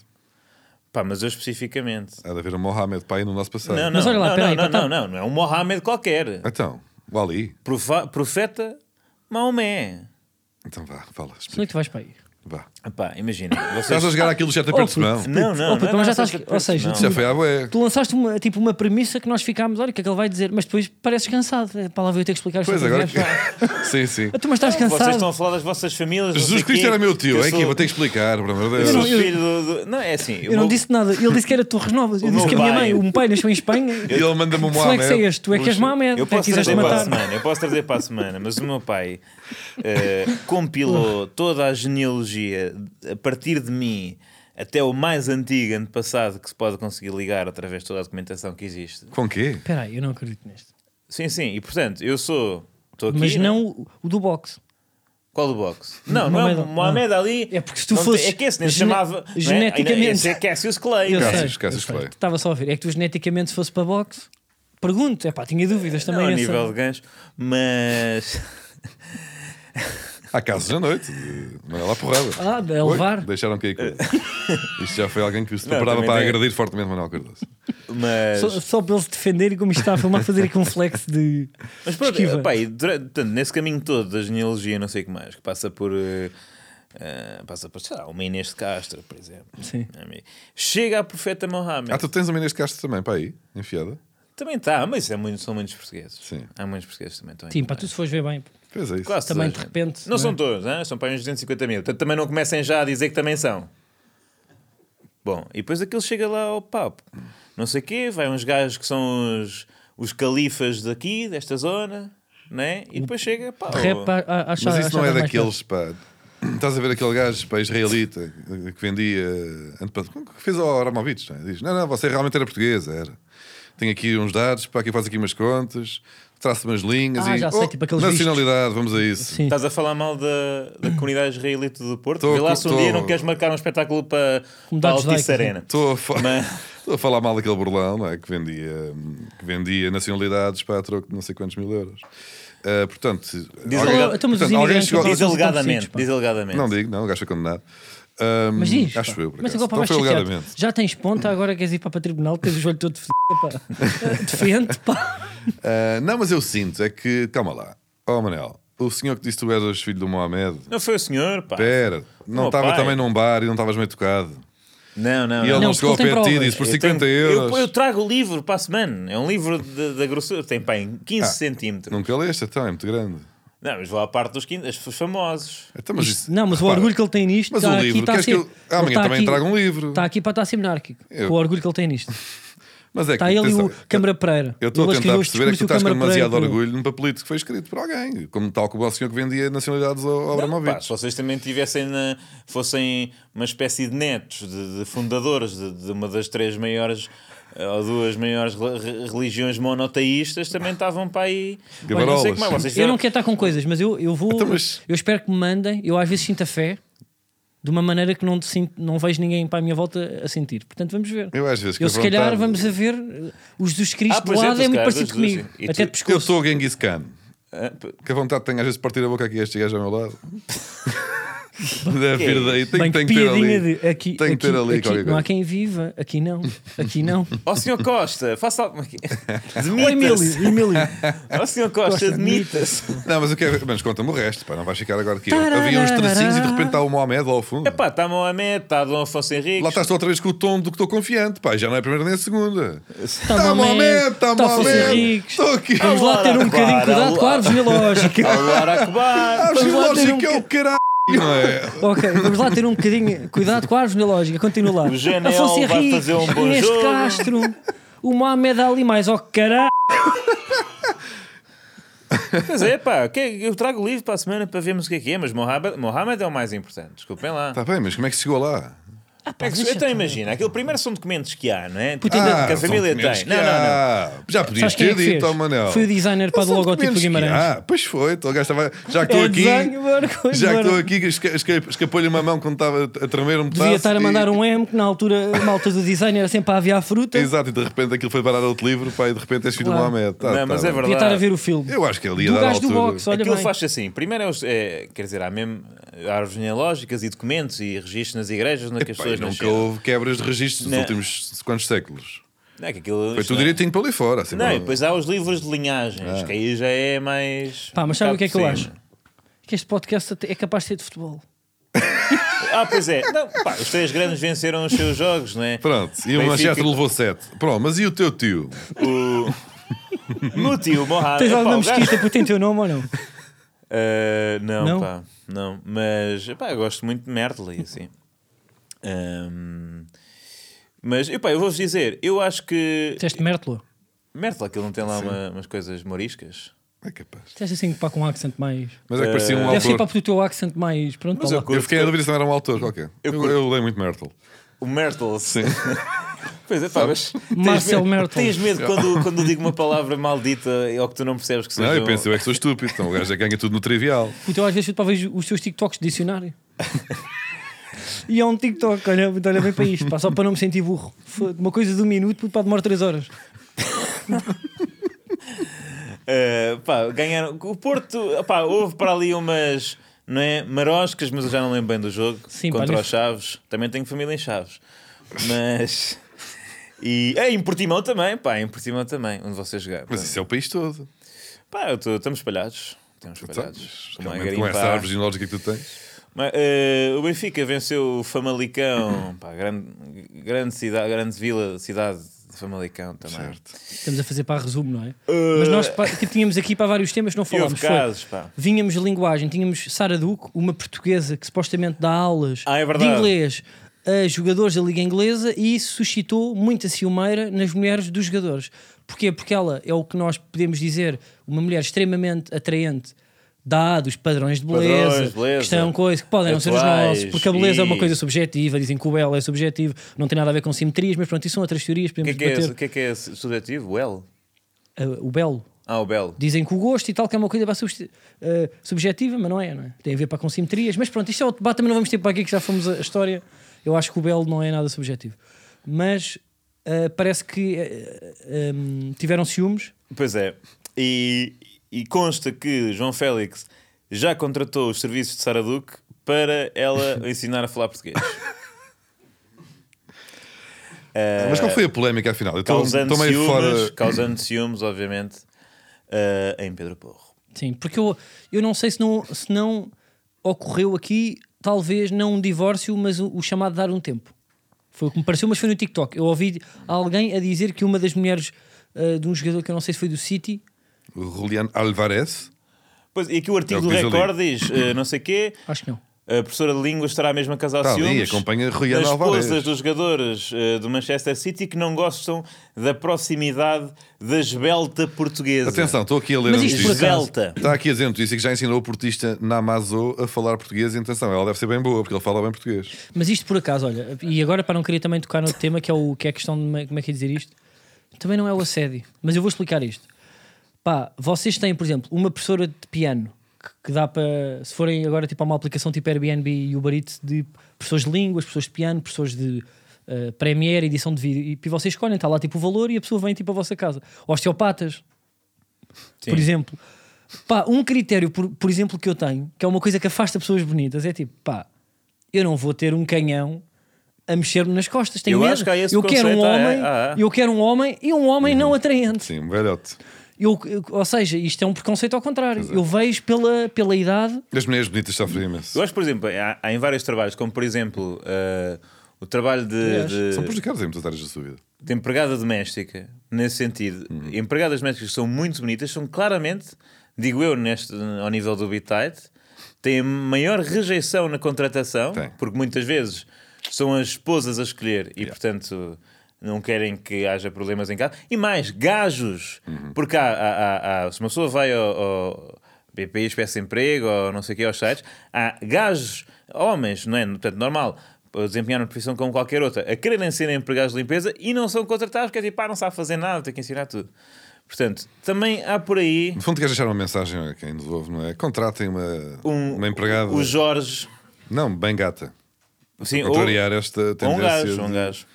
B: Pá, mas eu especificamente.
C: Há de haver um Mohamed para aí no nosso passado.
B: Não, não,
A: Mas olha lá,
B: não,
A: peraí,
B: não,
A: então-
B: não, não, não é um Mohamed qualquer.
C: Então, o Ali.
B: Profa- profeta Maomé.
C: Então vá, fala.
A: Se não é
C: explica.
A: que tu vais para aí?
C: Vá.
B: Epá, imagina, vocês...
C: Estás a jogar aquilo já tem
A: Oh,
C: perto de mão.
A: puto.
B: Não, não,
A: Oh, puto,
B: não,
A: mas já
B: não,
A: sabes
B: não,
A: que- ou seja,
B: não.
A: tu-
C: Já foi à boé.
A: Tu lançaste uma, tipo, uma premissa que nós ficámos, olha, o que é que ele vai dizer, mas depois pareces cansado. É, Para lá ver eu ter que explicar isto
C: Pois
A: outra
C: agora.
A: vez, pá.
C: que- sim, sim.
A: Ah, tu, mas estás
B: Vocês estão
A: cansado.
B: a falar das vossas famílias. não
C: Jesus
B: sei
C: Cristo
B: quê,
C: era meu
B: que
C: tio.
B: eu
C: É que
B: sou-
C: vou ter que explicar, pelo amor de
B: Eu sou
C: Deus.
B: filho do, do- Não, é assim.
A: Eu não disse nada. Ele disse que era de Torres Novas. Eu
B: O
A: disse
B: meu
A: que a minha mãe,
B: pai-
A: um pai nasceu em Espanha.
C: E ele manda-me um
A: Que flex é
C: Mohamed.
A: este? Tu é que és
C: Puxa.
A: Mohamed.
B: Eu
A: Tu é que
B: posso
A: quiseste
B: trazer para a
A: matar.
B: semana, eu posso trazer para a semana, mas o meu pai eh, compilou toda a genealogia a partir de mim até o mais antigo antepassado que se pode conseguir ligar através de toda a documentação que existe.
C: Com quê?
A: Espera aí, eu não acredito nisto.
B: Sim, sim, e portanto, eu sou. Estou aqui.
A: Mas
B: né?
A: não o- o do boxe.
B: Qual do boxe? Não, não, é o
A: Mohamed-
B: Mohamed Ali.
A: É porque se tu
B: não
A: fosses
B: tem- É que esse nem se
A: gene-
B: chamava. não é?
A: geneticamente-
B: Esse é Cassius Clay.
A: Eu
C: Cássio,
A: sei,
C: esquece
A: eu
C: os
A: sei.
C: play.
A: Estava só a ver. É que tu geneticamente se fosse para boxe? Pergunto, é pá, tinha dúvidas também.
B: Não, a
A: nessa-
B: nível de gancho, mas.
C: Há casos à noite. de- Não é lá porrada.
A: Ah, de
C: Oi,
A: levar.
C: Deixaram cair. com- Isto já foi alguém que se
B: Não,
C: preparava
B: também
C: para
B: tem-
C: agredir fortemente Manuel Cardoso.
B: Mas,
A: Só, só para eles defenderem como isto está a filmar, fazer aqui um flex de.
B: mas pronto,
A: esquiva.
B: pá, e durante- portanto, nesse caminho todo da genealogia, não sei o que mais, que passa por. eh, eh, passa por, sei lá, uma Inês de Castro, por exemplo. é?
A: Sim.
B: Chega à profeta Mohammed.
C: Ah, tu tens a Inês de Castro também, para aí, enfiada.
B: Também está, mas isso é muito, são muitos portugueses.
C: Sim.
B: Há muitos portugueses também. estão
A: Sim, pá,
B: encarnados.
A: tu se fores ver bem,
C: Pois é isso.
B: Quase
A: também de
B: toda a gente.
A: repente.
B: Não
A: é?
B: são todos, né? são para uns 250 mil. Portanto, também não comecem já a dizer que também são. Bom, e depois aquilo chega lá ao papo. Não sei o quê, vai uns gajos que são os, os califas daqui, desta zona, né? E depois chega, pá,
A: De
B: o-
A: rap a- a- a achar-
C: Oh, Mas isso não é
A: achar mais
C: daqueles, pá. Estás a ver aquele gajo pá, israelita que vendia. antepa- que fez ao Aramovich, não é? Diz: Não, não, você realmente era portuguesa, era. Tenho aqui uns dados, pá, aqui faz aqui umas contas, traço umas linhas
A: Ah,
C: e. oh,
A: já sei, tipo aqueles
C: nacionalidade, vamos a isso.
A: Sim.
B: Estás a falar mal da, da comunidade israelita do Porto?
C: Tô
B: Vê lá
C: com-
B: se um dia
C: tô-
B: não queres marcar um espetáculo para, para
A: Comunidade
B: Altice
A: judaica, sim.
B: Arena.
C: Estou a, fa-
B: Mas-
C: Estou a falar mal daquele burlão não é? que, vendia, hum, que vendia nacionalidades para a troco de não sei quantos mil euros. Ah, portanto,
B: Diz
C: alguém-
B: alegado-
A: Então, mas os
C: portanto, alguém
A: imigrantes
C: chegou-
A: agora-
B: Diz
A: Vocês estão
B: alegadamente,
A: precisos, pá.
B: diz alegadamente.
C: Não digo, não, o gajo foi condenado. Hum,
A: Mas diz.
C: Acho
A: pá.
C: eu, por
A: Mas
C: acaso.
A: agora para
C: Então
A: baixo
C: foi
A: chateado.
C: alegadamente.
A: Já tens ponta, agora queres ir para a tribunal, tens o joelho todo de pá. Defende, pá.
C: Ah, não, mas eu sinto, é que, calma lá. Oh Manel, o senhor que disse que tu eras filho do Mohamed,
B: Não foi o senhor, pá.
C: pera, não
B: meu
C: estava
B: pai.
C: também num bar e não estavas meio tocado.
B: Não, não.
C: E ele
B: não.
C: não,
A: porque
C: chegou ao
A: ele tem
C: pé de ti e
A: provas.
C: disse por
B: Eu
C: 50
B: tenho- eu-
C: euros.
B: Eu, trago o livro para a semana. É um livro de- da grossura. Tem pá, em 15 centímetros. Não.
C: Nunca leste, então, é muito grande.
B: mas vou à parte dos 15, dos famosos.
C: Então, mas isso-
A: Não, mas o
C: repara,
A: orgulho que ele tem nisto.
C: Mas
A: está
C: o
A: aqui,
C: livro,
A: está
C: queres
A: a ser-
C: que eu- amanhã
A: ele está
C: também
A: aqui-
C: traga um livro.
A: Está aqui para estar a ser monárquico.
C: Eu-
A: com O orgulho que ele tem nisto.
C: Mas é que
A: Está ele e Tá o
C: atenção,
A: Câmara Pereira.
C: Eu estou a
A: Ele
C: tentar
A: escreveu os
C: perceber é que tu
A: discursos
C: estás
A: do
C: com
A: Câmara Pereira
C: demasiado
A: que-
C: orgulho num papelito que foi escrito por alguém, como tal como o senhor que vendia nacionalidades ao ao
B: Não, pá,
C: Abramovich.
B: se vocês também tivessem na- fossem uma espécie de netos, de, de fundadores de, de uma das três maiores eh, ou duas maiores re- re- religiões monoteístas, também estavam para aí. Olha, não sei
C: Gabarolas.
B: como é, vocês
A: Eu
B: fizeram-
A: não quero estar com coisas, mas eu, eu vou.
C: Então, mas-
A: Eu espero que me mandem. Eu às vezes sinto a fé de uma maneira que não, te sinto- não vejo ninguém para a minha volta a sentir. Portanto, vamos ver.
C: Eu às vezes que
A: Eu,
C: a
A: se calhar,
C: vontade-
A: vamos a ver. uh, O Jesus Cristo
B: Ah,
A: do
B: pois é,
A: lado
B: tu
A: é
B: se
A: muito
B: calhar
A: parecido
B: das duas,
A: comigo.
B: sim. E
A: Até
B: tu-
A: de
C: Eu
A: pescoço.
C: estou o Genghis Khan.
B: Ah, p-
C: Que a vontade tenho às vezes de partir a boca aqui este gajo ao meu lado. Deve vir daí. Tem,
A: Bem,
C: tem
A: que
C: que ter ali.
A: piadinha de aqui,
C: tem que
A: aqui-
C: ter ali
A: aqui
C: qualquer
A: não há
C: coisa.
A: quem viva, aqui não, aqui não.
B: Ó senhor Costa, faça alguma coisa.
A: Ó Emílio, Emílio.
B: Ó senhor Costa, demita-se.
C: Não, mas, eu quero... mas conta-me o resto, pá, não vais ficar agora aqui. Havia uns tracinhos e de repente está o Mohamed lá ao fundo.
B: Epá, está Mohamed, está Dom Afonso Henriques.
C: Lá estás tu outra vez com o tom do que estou confiante, pá, já não é a primeira nem a segunda.
A: Tá
C: Está Mohamed,
A: Mohamed,
C: está
A: tá Afonso
C: Mohamed.
A: Henriques.
C: Estou aqui.
A: Vamos lá ter um bocadinho de cuidado com a árvore genealógica.
B: Agora acabar.
C: Ah,
A: vamos lá ter um
C: lógico é o caralho, não é?
A: Ok, vamos lá ter um bocadinho. Cuidado com a árvore genealógica, continua lá.
B: O GNL vai fazer um bom
A: Inês de
B: jogo.
A: Castro, o Mohamed Ali, mais oh caralho.
B: Pois é, pá, que- eu trago o livro para a semana para vermos o que é que é, mas Mohamed, Mohamed é o mais importante. Desculpem lá.
C: Está bem, mas como é que se chegou lá?
B: É que- então imagina, aquele primeiro são documentos que há, não é? Tipo,
C: Ah,
B: que a
C: são
B: família
C: documentos
B: tem.
C: que
B: Não, não, não.
C: há. Já podias
A: Sabes quem é
C: ter
A: que fez?
C: dito, oh Manel.
A: Foi o designer para
C: Não
A: do
C: são
A: logotipo do
C: documentos que
A: tipo Guimarães.
C: há. Pois foi, então o gajo estava. Já que estou
A: É
C: aqui.
A: desenho, barco,
C: Já que estou
A: barco.
C: aqui, esca- esca- escapou-lhe uma mão quando estava a tremer um pedaço.
A: Devia estar a mandar
C: e-
A: um M, que na altura a malta do design era sempre a aviar fruta.
C: Exato, e de repente aquilo foi parar a outro livro, pá, e de repente és filho do
A: Claro.
C: Mohamed. Tá,
B: Não,
C: tá
B: mas é
C: bem.
A: Devia
B: verdade.
A: estar a ver o filme.
C: Eu acho que ali ia
A: do
C: dar a
A: gajo do
C: altura.
A: box, olha
B: Aquilo
A: bem.
B: faz assim. Primeiro é, os, é, quer dizer, há mesmo árvores genealógicas e documentos e registros nas igrejas onde é que as
C: Pá, e
B: pessoas
C: nunca
B: nasceram.
C: houve quebras de registros nos
B: Não.
C: últimos quantos séculos.
B: Não, é que aquilo,
C: Foi
B: isto
C: tudo
B: não-
C: direitinho Ah. para ali fora. Assim,
B: Não,
C: não-
B: e depois há os livros de linhagens, que aí já é mais.
A: Pá, mas
B: um
A: sabe o
B: bocado
A: que é que eu
B: por
A: acho?
B: cima.
A: Que este podcast até é capaz de ser de futebol.
B: Ah, pois é. Não, pá, os três grandes venceram os seus jogos, não é?
C: Pronto, e o
B: Benfica-
C: Manchester levou 7. Pronto, mas e o teu tio?
B: O meu tio Mohamed.
A: Tens
B: epá,
A: alguma
B: Ah, é o gajo-
A: mesquita por tem teu nome ou não?
B: Ah, não,
A: Não?
B: pá, não. Mas epá, eu gosto muito de Mertley, assim. Ahm, mas epá, eu vou-vos dizer, eu acho que.
A: Teste Mértola.
B: Mertley, aquilo não tem lá uma- umas coisas moriscas.
C: É capaz.
A: Teste assim pá, com um accent mais.
C: Mas é que parecia um
A: Deve ser para
C: autor.
A: o teu accent mais. Pronto,
B: Mas
A: para
B: eu
A: lá.
B: curto.
C: Eu fiquei a dúvida se não era um autor qualquer. Eu,
B: curto.
C: eu leio muito Mertle.
B: O Mertle. Sim. Pois é, pá, mas. tens
A: Marcel
B: medo-
A: Mertel.
B: Tens medo quando, quando digo uma palavra maldita ou que tu não percebes que seja.
C: Não, eu
B: um-
C: penso, eu é que sou estúpido. Então o gajo é que ganha tudo no trivial.
A: O teu às vezes eu para vejo os teus TikToks de dicionário. e é um TikTok, olha, olha bem para isto, pá, só para não me sentir burro. Foda, Uma coisa de um minuto, puto, pá, demora 3 horas.
B: Uh, pá, ganharam. O Porto, pá, houve para ali umas não é, maroscas, mas eu já não lembro bem do jogo.
A: Sim, pá,
B: contra
A: não-
B: os Chaves. Também tenho família em Chaves. Mas. E é, em Portimão também, pá, em Portimão também, onde você jogar.
C: Mas isso é o país todo.
B: Pá, eu tô- estamos espalhados. Estamos espalhados.
C: Sabes?
B: Também
C: Então, Realmente, com
B: garimpar.
C: essa árvore genealógica que tu tens.
B: Mas, eh, o Benfica venceu o Famalicão, pá, grande, grande cidade, grande vila, cidade de Famalicão também.
C: Certo.
A: Estamos a fazer para resumo, não é?
B: Eh,
A: Mas nós pá, que tínhamos aqui para vários temas, não
B: e houve
A: falámos. Foi.
B: casos, pá.
A: Vínhamos de linguagem, tínhamos Sara Duque, uma portuguesa que supostamente dá aulas
B: Ah, é
A: de
B: verdade.
A: inglês a jogadores da Liga Inglesa e isso suscitou muita ciumeira nas mulheres dos jogadores. Porquê? Porque ela é o que nós podemos dizer, uma mulher extremamente atraente, dados, padrões de beleza,
B: Padrões, beleza.
A: que são coisas que podem não ser os
B: Atuais,
A: nossos, porque a beleza é uma
B: isso.
A: coisa subjetiva, dizem que o belo é subjetivo, não tem nada a ver com simetrias, mas pronto, isso são outras teorias,
B: O que é
A: podemos
B: que é, esse-
A: debater
B: o que é, que é esse subjetivo? O L?
A: Ah, o belo.
B: Ah, o Belo.
A: Dizem que o gosto e tal, que é uma coisa bem subjeti- eh, subjetiva, mas não é, não é? Tem a ver para com simetrias. Mas pronto, isto é outro debate, também não vamos ter para aqui que já fomos a a história. Eu acho que o belo não é nada subjetivo. Mas eh, parece que eh, eh, em, tiveram ciúmes.
B: Pois é. E, e consta que João Félix já contratou os serviços de Sara Duque para ela ensinar a falar português. Eh,
C: Mas qual foi a polémica, afinal? Eu estou
B: causando
C: estou meio
B: ciúmes,
C: fora.
B: causando ciúmes, obviamente, eh, em Pedro Porro.
A: Sim, porque eu, eu não sei se não, se não ocorreu aqui, talvez não um divórcio, mas o, o chamado dar um tempo. Foi o que me pareceu, mas foi no TikTok. Eu ouvi alguém a dizer que uma das mulheres eh, de um jogador que eu não sei se foi do City.
C: O Julian Alvarez.
B: Pois, e aqui o artigo
C: É o
B: do
C: que diz ali.
B: Record diz, eh, não sei quê,
A: Acho que não.
B: a professora de língua estará mesmo a casar
C: Está Tá ali,
B: ciúmes.
C: acompanha Rui
B: das
C: Ana Alvarez.
B: esposas dos jogadores eh, do Manchester City que não gostam da proximidade da esbelta portuguesa.
C: Atenção, estou aqui a ler
A: Mas
C: a
A: isto por
C: notícia.
A: acaso-
B: Esbelta.
C: Está aqui a dizer a notícia que já ensinou o portista Namazo a falar português. E atenção, ela deve ser bem boa, porque ele fala bem português.
A: Mas isto por acaso, olha, e agora para não querer também tocar no tema que é, o, que é a questão de me- como é que é dizer isto, também não é o assédio, mas eu vou explicar isto. Pá, vocês têm, por exemplo, uma professora de piano que, que dá para, se forem agora tipo a uma aplicação tipo Airbnb e Uber Eats de pessoas de línguas, pessoas de piano, pessoas de eh, Premiere, edição de vídeo, e, e vocês escolhem, está lá tipo o valor e a pessoa vem tipo à vossa casa. Osteopatas, por exemplo. Pá, um critério, por, por exemplo, que eu tenho, que é uma coisa que afasta pessoas bonitas, é tipo, pá, eu não vou ter um canhão a mexer-me nas costas. Tenho
B: Eu
A: medo.
B: acho que há esse
A: eu quero um
B: conceito, ah, é,
A: homem,
B: ah, é. Uhum.
A: eu quero um homem e um homem não atraente.
C: Sim, um velhote.
A: Eu, eu- ou seja, isto é um preconceito ao contrário. Eu vejo pela, pela idade.
C: As mulheres bonitas sofrem
B: Eu
C: imenso.
B: acho, por exemplo, há, há em vários trabalhos, como por exemplo eh, o trabalho de, de-
C: São prejudicadas em muitas áreas da sua vida.
B: de empregada doméstica, nesse sentido. Empregadas domésticas que são muito bonitas, são claramente, digo eu, neste, ao nível do Bitite, têm maior rejeição na contratação,
C: Tem.
B: porque muitas vezes são as esposas a escolher e, portanto. Não querem que haja problemas em casa. E mais, gajos.
C: Uhum.
B: Porque há, há- há- há- se uma pessoa vai ao, ao BPI, espécie de emprego, ou não sei o que, aos sites, há gajos, homens, não é? Portanto, normal, a desempenhar uma profissão como qualquer outra, a quererem ser empregados de limpeza e não são contratados, porque é tipo, pá, não sabe fazer nada, tem que ensinar tudo. Portanto, também há por aí
C: No fundo, queres deixar uma mensagem a quem nos ouve, não é? Contratem uma,
B: um,
C: uma empregada.
B: o Jorge.
C: Não, bem gata.
B: Sim, ou,
C: Contrariar esta
B: ou um
C: tendência.
B: gajo, um
C: de-
B: gajo.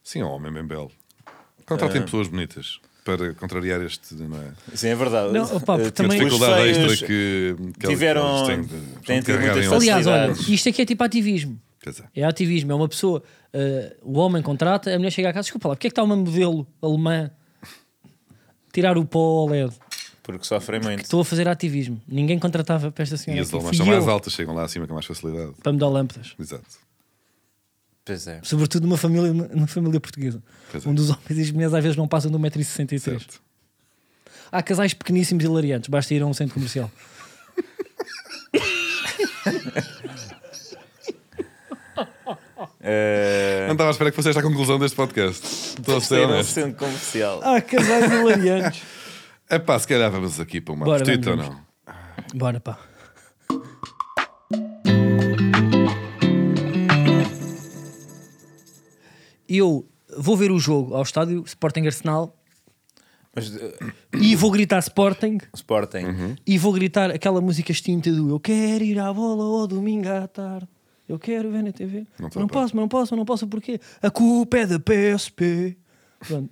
C: Sim, é um homem bem belo.
B: Ah.
C: Contratem pessoas bonitas para contrariar este, não é?
B: Sim, é verdade.
A: Não, opa, porque
B: Eh,
C: Uma
A: também-
B: os
C: dificuldade
B: feios-
C: extra que, que
B: tiveram-
C: eles têm, de-
B: têm tido
C: carregar
B: muitas
C: em
B: facilidades.
C: eles.
A: Aliás, olha,
B: Facilidades.
A: isto aqui é tipo ativismo.
C: Quer dizer,
A: É ativismo, é uma pessoa. eh, o homem contrata, a mulher chega à casa, desculpa lá, porque é que está uma modelo alemã tirar o pó ao LED?
B: Porque sofrem muito.
A: Estou a fazer ativismo. Ninguém contratava para esta
C: E
A: senhora.
C: as
A: aqui.
C: alemãs
A: Fui
C: são mais
A: eu
C: altas, chegam lá acima com mais facilidade.
A: Para me dar lâmpadas.
C: Exato.
B: Pois é.
A: Sobretudo numa família, numa família portuguesa.
C: Pois é.
A: Um dos homens e as mulheres às vezes não passam de 1,63m.
C: Certo.
A: Há casais pequeníssimos e hilariantes. Basta ir a um centro comercial.
B: Eh,
C: Não estava à espera que fosse esta a conclusão deste podcast. Estou
B: Eh,
C: a ser
B: Isto é um
C: honesto.
B: centro comercial.
A: Há casais hilariantes.
C: É pá, se calhar vamos aqui para uma
A: Bora,
C: apetite ou
A: vamos,
C: não?
A: Bora pá. Eu vou ver o jogo ao estádio Sporting Arsenal
B: Mas eh,
A: e vou gritar Sporting
B: Sporting.
C: Uhum,
A: e vou gritar aquela música extinta do Eu quero ir à bola ao domingo à tarde. Eu quero ver na TV.
C: Não
A: Não,
C: tô a par.
A: posso, mas não posso, mas não posso porquê? A culpa é da PSP. Pronto.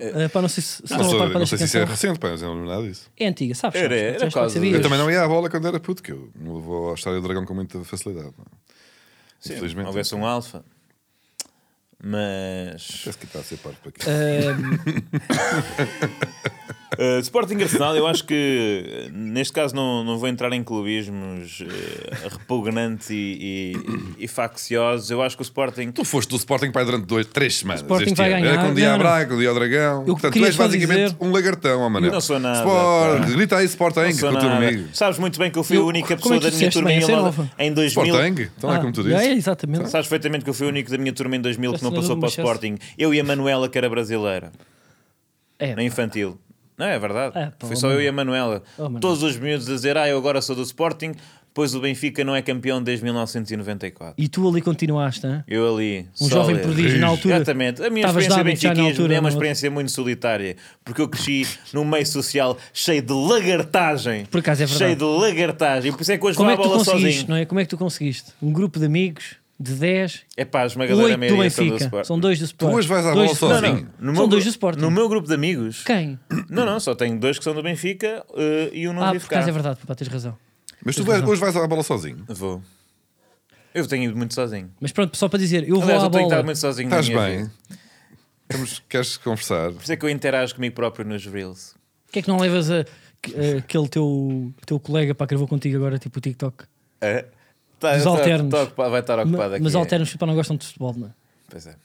A: Eh, pá, não sei se, se
C: É. Não,
A: estão a
C: sou-
A: par para
C: não
A: esta
C: sei se isso é
A: canção.
C: recente, pá, mas eu não lembro nada disso.
A: É antiga, sabes?
B: Era-
A: sabes,
B: era
A: sabes,
B: quase-
A: sabias.
C: Eu também não ia à bola quando era puto, que eu não vou ao estádio do Dragão com muita facilidade. não é?
B: Sim,
C: Infelizmente.
B: Houvesse um Alfa. Mas.
C: Parece que está a ser parvo para aqui.
A: Ahm,
B: Uh, Sporting Arsenal, eu acho que uh, neste caso não, não vou entrar em clubismos uh, repugnantes e, e, e facciosos. Eu acho que o Sporting.
C: Tu foste do Sporting Pai durante dois, três semanas.
A: Sporting
C: este
A: vai
C: ano.
A: ganhar.
C: Era com o dia
A: Não,
C: à
A: não.
C: Braga, com o dia ao Dragão. Portanto, tu
A: queria
C: és
A: só
C: basicamente
A: dizer-
C: um lagartão, ó, Manel.
B: Não sou nada,
C: Sporting,
B: pá.
C: grita aí Sporting,
B: Não sou
C: com o teu
B: nada.
C: amigo.
B: Sabes muito bem que eu fui
A: Eu-
B: a única
A: como é que
B: pessoa da minha
A: disseste,
B: turma
A: mãe?
B: em,
A: Essa é
B: Lo-
A: nova.
B: em 2000.
C: Sporting, então é como tu
A: É,
C: dizes.
A: exatamente.
B: Sabes perfeitamente que eu fui o único da minha turma em 2000 que não
A: Essa
B: passou
A: do
B: para o
A: Manchester.
B: Sporting. Eu e a Manuela, que era brasileira,
A: É,
B: na infantil. Não, é verdade.
A: É, pá, oh,
B: Foi só eu
A: Manuel.
B: e a Manuela.
A: Oh, Manuel.
B: Todos os miúdos a dizer, ah, eu agora sou do Sporting, pois o Benfica não é campeão desde 1994.
A: e tu ali continuaste, hein?
B: Eu ali.
A: Um
B: sólido.
A: jovem prodígio na altura.
B: Exatamente. A minha
A: Estavas
B: experiência
A: de hábito já na
B: benfiquismo
A: altura,
B: é uma
A: não é?
B: experiência muito solitária. Porque eu cresci num meio social cheio de lagartagem.
A: Por acaso é verdade.
B: Cheio de lagartagem. Por isso é que hoje
A: Como
B: vou
A: é
B: à
A: que tu
B: bola
A: conseguiste,
B: sozinho.
A: não é? Como é que tu conseguiste? Um grupo de amigos de 10,
B: É pá, esmagadora
A: 8 do
B: maioria são do
A: Benfica.
B: Sport.
A: São dois do Sporting.
C: hoje vais à
A: Dois
C: bola
A: do Sporting.
C: sozinho.
B: No
A: São
B: meu,
A: dois
B: gru-
A: do Sporting.
B: No meu grupo de amigos.
A: Quem?
B: Não, não, só tenho dois que são do Benfica eh, e um não
A: Ah,
B: vive
A: por
B: cá.
A: acaso é verdade, papá, tens razão.
C: Mas tu
A: Tens
C: vais-
A: razão.
C: hoje vais à bola sozinho.
B: Vou. Eu tenho ido muito sozinho.
A: Mas pronto, só para dizer, eu vou
B: Aliás,
A: à
B: eu tenho
A: bola.
B: estado muito sozinho na
C: Estás
B: minha
C: bem?
B: vida.
C: Estamos- Queres conversar?
B: Por isso é que eu interajo comigo próprio nos Reels.
A: Porquê é que não levas a- que- a- aquele teu, teu colega para que gravou contigo agora, tipo o TikTok?
B: É? Tá,
A: Dos
B: tá-
A: alternos.
B: tá ocupado- vai estar ocupado
A: Ma-
B: aqui.
A: Mas
B: é.
A: alternos para não gostam de futebol, não é?
B: Pois é.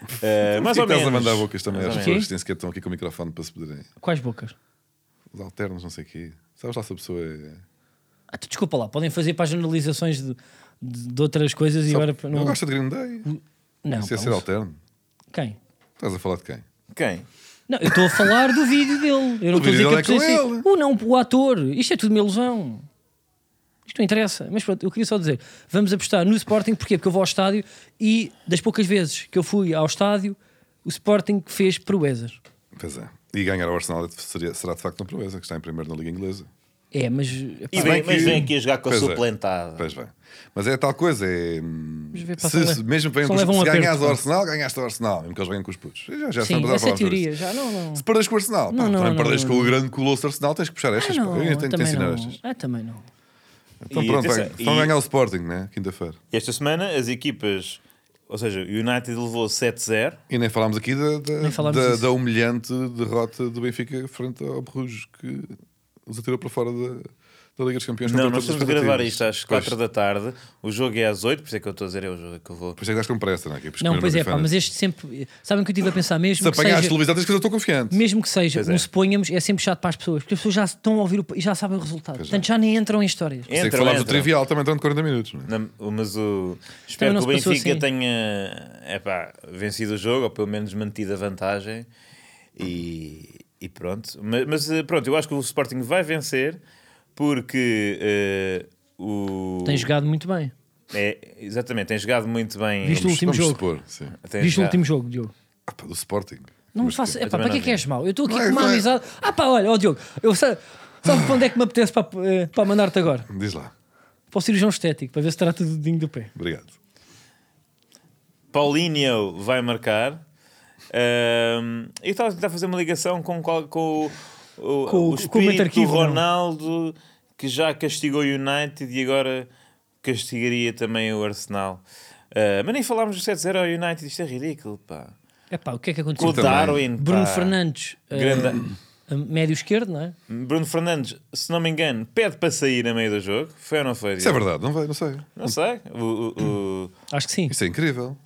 B: Eh, mais
C: Por
B: ou
C: que estás
B: menos.
C: a mandar bocas também
B: Mais
C: às
B: ou menos.
C: pessoas
A: menos.
C: que nem sequer estão aqui com o microfone para se poderem.
A: Quais bocas?
C: Os alternos, não sei o quê. Sabes lá se a pessoa é.
A: Ah, tu, desculpa lá, podem fazer para as generalizações de, de- de outras coisas e
C: Sabe-
A: agora para-
C: Eu
A: não.
C: gosto de Green Day.
A: Não,
C: Isso é
A: pá,
C: ser
A: um-
C: alterno.
A: quem?
C: Estás a falar de quem?
B: Quem?
A: Não, eu estou a falar do vídeo dele. Eu não
C: O
A: estou a dizer que
C: vídeo dele é
A: a pessoa
C: com
A: em si-
C: ele.
A: Ou não, o ator. Isto é tudo uma ilusão. Isto não interessa. Mas pronto, eu queria só dizer: vamos apostar no Sporting, porquê? Porque eu vou ao estádio e das poucas vezes que eu fui ao estádio, o Sporting fez proezas.
C: Pois é. E ganhar ao Arsenal seria- será de facto uma proeza, que está em primeiro na Liga Inglesa.
A: É, mas.
B: E
A: pá,
B: vem,
C: bem
B: mas
C: que-
B: vem aqui a jogar com a
C: Pois é.
B: suplentada.
C: Pois bem. Mas é tal coisa, é. hum,
A: Mas vê, pá, só
C: Se, se,
A: le-
C: mesmo que venham
A: só
C: com os-
A: leva um
C: se
A: aperto,
C: ganhas ao
A: pá.
C: Arsenal, ganhaste ao Arsenal, mesmo que eles venham com os putos. Já, já
A: Sim,
C: estamos a
A: essa é
C: falar
A: a
C: sobre
A: teoria.
C: isso.
A: Já não. não.
C: Se perdes com o Arsenal, pá,
A: Não, não,
C: também
A: não,
C: perdes
A: não,
C: com
A: não.
C: o grande colosso Arsenal, tens que puxar
A: Ah,
C: estas. pá.
A: não,
C: Eu tenho que te
A: também
C: ensinar
A: não.
C: estas.
A: Ah, também não.
C: Então
B: E
C: pronto,
B: atenção,
C: vai- estão
B: e-
C: a ganhar o Sporting, né? Quinta-feira.
B: Esta semana as equipas, ou seja, o United levou 7-0.
C: E nem falámos aqui da, da-
A: Nem falámos
C: da-
A: disso.
C: da humilhante derrota do Benfica frente ao Bruges que os atirou para fora da, da Liga dos Campeões.
B: Não,
C: contra
B: nós
C: todas
B: temos
C: as
B: de gravar
C: expectativas.
B: isto é. às
C: Pois.
B: 4 da tarde. O jogo é às 8, por isso é que eu estou a dizer é o jogo que eu vou.
C: Por isso é que estás com pressa, não é? Que ias
A: Não,
C: comer
A: pois
C: uma
A: é, pá,
C: bifana.
A: mas este sempre. Sabem que eu estive a pensar mesmo.
C: Se
A: que
C: apanhares
A: seja-
C: televisão, tens é que dizer, eu estou confiante.
A: Mesmo que seja,
B: Pois
A: um
B: é.
A: suponhamos, é sempre chato para as pessoas, porque as pessoas já estão a ouvir o- e já sabem o resultado.
C: é.
A: Portanto, já nem entram em histórias.
C: Sei é que
B: Entra,
C: falámos do
B: entra.
C: trivial também durante 40 minutos. Não é?
B: Na- mas o, espero
A: não
B: que o
A: se passou
B: Benfica
A: assim.
B: tenha epá, vencido o jogo ou pelo menos mantido a vantagem e, e pronto. Mas, mas, eh, pronto, eu acho que o Sporting vai vencer porque eh, o
A: Tem jogado muito bem.
B: é, exatamente tem jogado muito bem.
A: Viste o último
C: Vamos
A: jogo.
C: supor, sim.
B: Tem
A: Diz o
B: jogado-
A: último jogo, Diogo.
C: Ah, pá, do Sporting.
A: Não me faça. Epá,
B: também
A: para que é
B: não
A: que
B: vi.
A: és mau? Eu estou aqui
C: Não
A: com
C: é,
A: uma
C: não é.
A: amizade. Ah, pá, olha, ó Diogo, eu sa- sabe para onde é que me apetece para, eh, para mandar-te agora?
C: Diz lá.
A: Para o cirurgião estético, para ver se trata do dedinho do pé.
C: Obrigado.
B: Paulinho vai marcar. Ahm, eu estava a tentar fazer uma ligação com, qual- com o, o,
A: Com o-
B: o
A: com o
B: espírito
A: momento arquivo,
B: do
A: não?
B: Ronaldo que já castigou o United e agora castigaria também o Arsenal. Ah, mas nem falámos do 7-0 ao United, isto é ridículo, pá.
A: É pá, o que é que
B: Com
A: aconteceu?
B: o Darwin, pá.
A: Bruno Fernandes, eh,
B: Grande-
A: médio esquerdo, não é?
B: Bruno Fernandes, se não me engano, pede para sair a meio do jogo. Foi ou não foi?
C: Isso é verdade, não, vai, não sei.
B: Não sei. O, o- o-
A: Acho que sim.
C: Isso é incrível.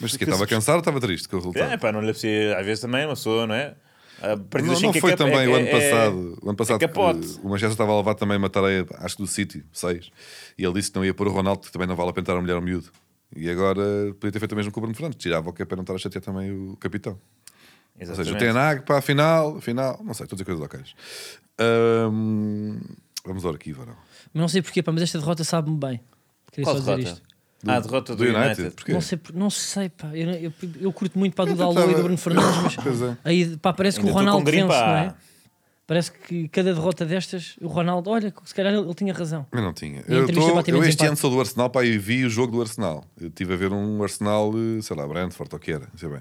C: Mas que
B: que-
C: estava cansado ou estava triste com o resultado?
B: É, pá, não lhe aprecia. Às vezes também é uma pessoa, não é? A partir
C: Não,
B: dos
C: não
B: cinco é
C: foi
B: cap-
C: também
B: é-
C: o ano
B: é-
C: passado. o ano passado que
B: capote.
C: o Manchester estava a levar também uma tareia, acho que do City, 6. E ele disse que não ia pôr o Ronaldo, que também não vale a pena estar a mulher ao miúdo. E agora podia ter feito o mesmo com o Bruno Fernandes. Tirava o que é para não estar a chatear também o capitão. Ou seja, o
B: Exatamente.
C: Tenag para a final, final, não sei, todas as coisas ok. Ahm, vamos ao arquivo, não?
A: Mas não sei porquê, pá, mas esta derrota sabe-me bem. Queria
B: Qual
A: só dizer
B: derrota?
A: isto.
B: Ah, a derrota do,
C: Do United,
B: United.
C: porquê?
A: Não sei, por- não sei, pá. Eu, eu, eu curto muito para do
C: Eu
A: Dalô e
C: tentava-
A: do Bruno Fernandes,
C: Pois
A: mas
C: é.
A: aí pá, parece que o
B: Ainda tô com
A: Ronaldo vence,
B: gripe,
A: não
B: ah.
A: é? Parece que cada derrota destas, o Ronaldo, olha, se calhar ele, ele tinha razão.
C: Eu não tinha.
A: E a
C: Eu,
A: entrevista
C: tô-
A: para ter
C: eu
A: menos
C: este
A: empate.
C: ano sou do Arsenal pá, e vi o jogo do Arsenal. Eu estive a ver um Arsenal, eh, sei lá, Brentford ou que era, não sei bem.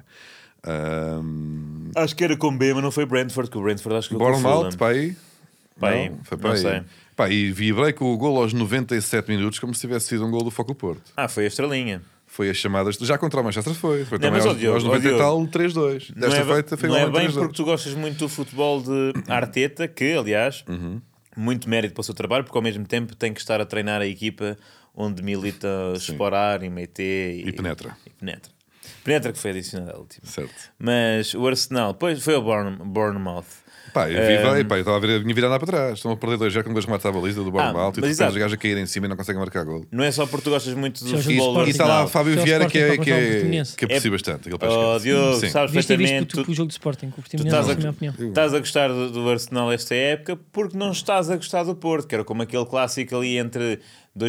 C: Ahm,
B: Acho que era com B, mas não foi Brentford, que o Brentford acho que foi com o Fulham.
C: Bournemouth, para aí.
B: Pá, aí,
C: foi
B: não
C: para aí.
B: sei.
C: Pá, e vibrei com o gol aos 97 minutos, como se tivesse sido um gol do Foco Porto.
B: Ah, foi a estrelinha.
C: foi as chamadas. Já contra o Manchester foi. Foi
B: Não,
C: também
B: mas, ó,
C: aos,
B: Diogo,
C: aos
B: ó,
C: 90 e
B: Diogo.
C: tal, 3-2.
B: Não
C: Desta
B: é,
C: feita foi
B: não é
C: igual a
B: bem
C: 3-2.
B: porque tu gostas muito do futebol de Arteta, que aliás,
C: Uhum.
B: muito mérito para o seu trabalho, porque ao mesmo tempo tem que estar a treinar a equipa onde milita Sporar e Meite e,
C: E penetra.
B: E penetra. Penetra que foi adicionado à última.
C: Certo.
B: Mas o Arsenal, depois foi o Bourne- Bournemouth.
C: Pá, eu
B: Ehm.
C: vi, vai, pá, eu estava a ver a minha virada lá para trás. Estão a perder 2-0 com dois remates à baliza do Borne Alto e
B: Ah, mas
C: depois
B: exato.
C: os gajos a cair em cima e não conseguem marcar gol.
B: Não é só porque tu gostas muito do
A: Só jogo
B: futebol
A: Sporting.
C: E está lá o
B: Arsenal.
C: Fábio
A: Foi ao
C: Vieira que
A: Sporting
C: é,
A: para
C: que
A: contra o
C: é,
A: Portimonense.
C: que aprecia bastante. Aquele
B: Oh,
C: pescado.
B: Diogo,
C: Sim.
B: sabes
A: Viste e viste
B: perfeitamente.
A: o, o jogo de Sporting, com o Portimonense,
B: estás
A: na
B: a-
A: minha opinião.
B: Estás a gostar do, do Arsenal esta época porque não estás a gostar do Porto, que era como aquele clássico ali entre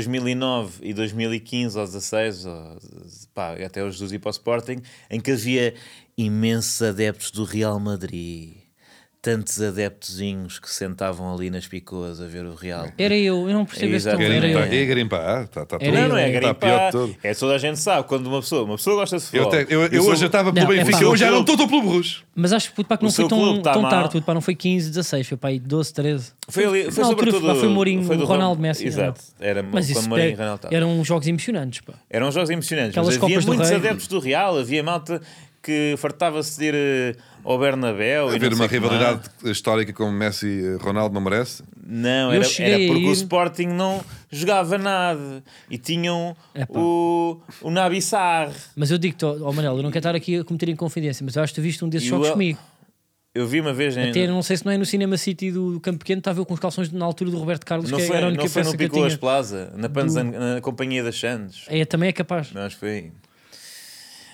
B: 2009 e 2015 ou 16, ou, pá, até os dos ir para o Sporting, em que havia imensos adeptos do Real Madrid. Tantos adeptozinhos que sentavam ali nas picoas a ver o Real.
A: Era eu, eu não percebo esse tom.
B: Exato.
A: Era eu.
C: Garimpar. É garimpar. Está tá,
A: Era
C: tudo-
B: Não, não é
A: Era
C: Está pior de
B: garimpar.
C: tudo.
B: É toda a gente sabe quando uma pessoa, uma pessoa gosta de
C: Eu,
B: futebol. um
C: até, eu, eu
B: E o seu-
C: hoje já estava pelo
A: Não, é
C: Benfica,
A: pá.
C: hoje já não estou estou pelo Borrus.
A: Mas acho que puto, pá, que
B: O
A: não foi
B: seu
A: tão,
B: clube tá
A: tão
B: mal.
A: tarde, puto, pá, não foi 15, 16, foi pá, aí 12, 13.
B: Foi ali, foi
A: Na altura,
B: sobretudo.
A: pá, foi o Mourinho,
B: do
A: o Ronaldo Messi. é?
B: Exato. Era
A: Mas
B: quando
A: isso
B: Mourinho e
A: era-
B: Ronaldo tá. estavam.
A: eram jogos emocionantes, pá.
B: Eram jogos emocionantes.
A: Aquelas
B: Mas havia
A: Copas do
B: muitos
A: Rei.
B: adeptos do Real, havia malta que fartava-se de ir eh, ao Bernabéu. e não é?
C: Haver
B: sei
C: uma
B: o que
C: rivalidade
B: mais.
C: histórica como Messi e Ronaldo não merece.
B: Não,
A: Eu
B: era,
A: cheguei
B: era
A: a
B: porque
A: ir-
B: o Sporting não jogava nada. E tinham
A: Epá.
B: o, o Nabissar.
A: Mas eu digo-te, ó ó, Manel, eu não quero estar aqui a cometer inconfidência, mas eu acho que tu viste um desses
B: E o
A: jogos
B: El-
A: comigo.
B: Eu vi uma vez em.
A: Até não sei se não é no Cinema City do, do Campo Pequeno, estava eu com os calções na altura do Roberto Carlos,
B: não
A: que
B: foi,
A: era a única
B: não foi
A: peça
B: no
A: que eu
B: Picolas
A: tinha.
B: Plaza, na, Panzan, na Companhia das Santos.
A: É, também é capaz.
B: Não, acho que foi aí.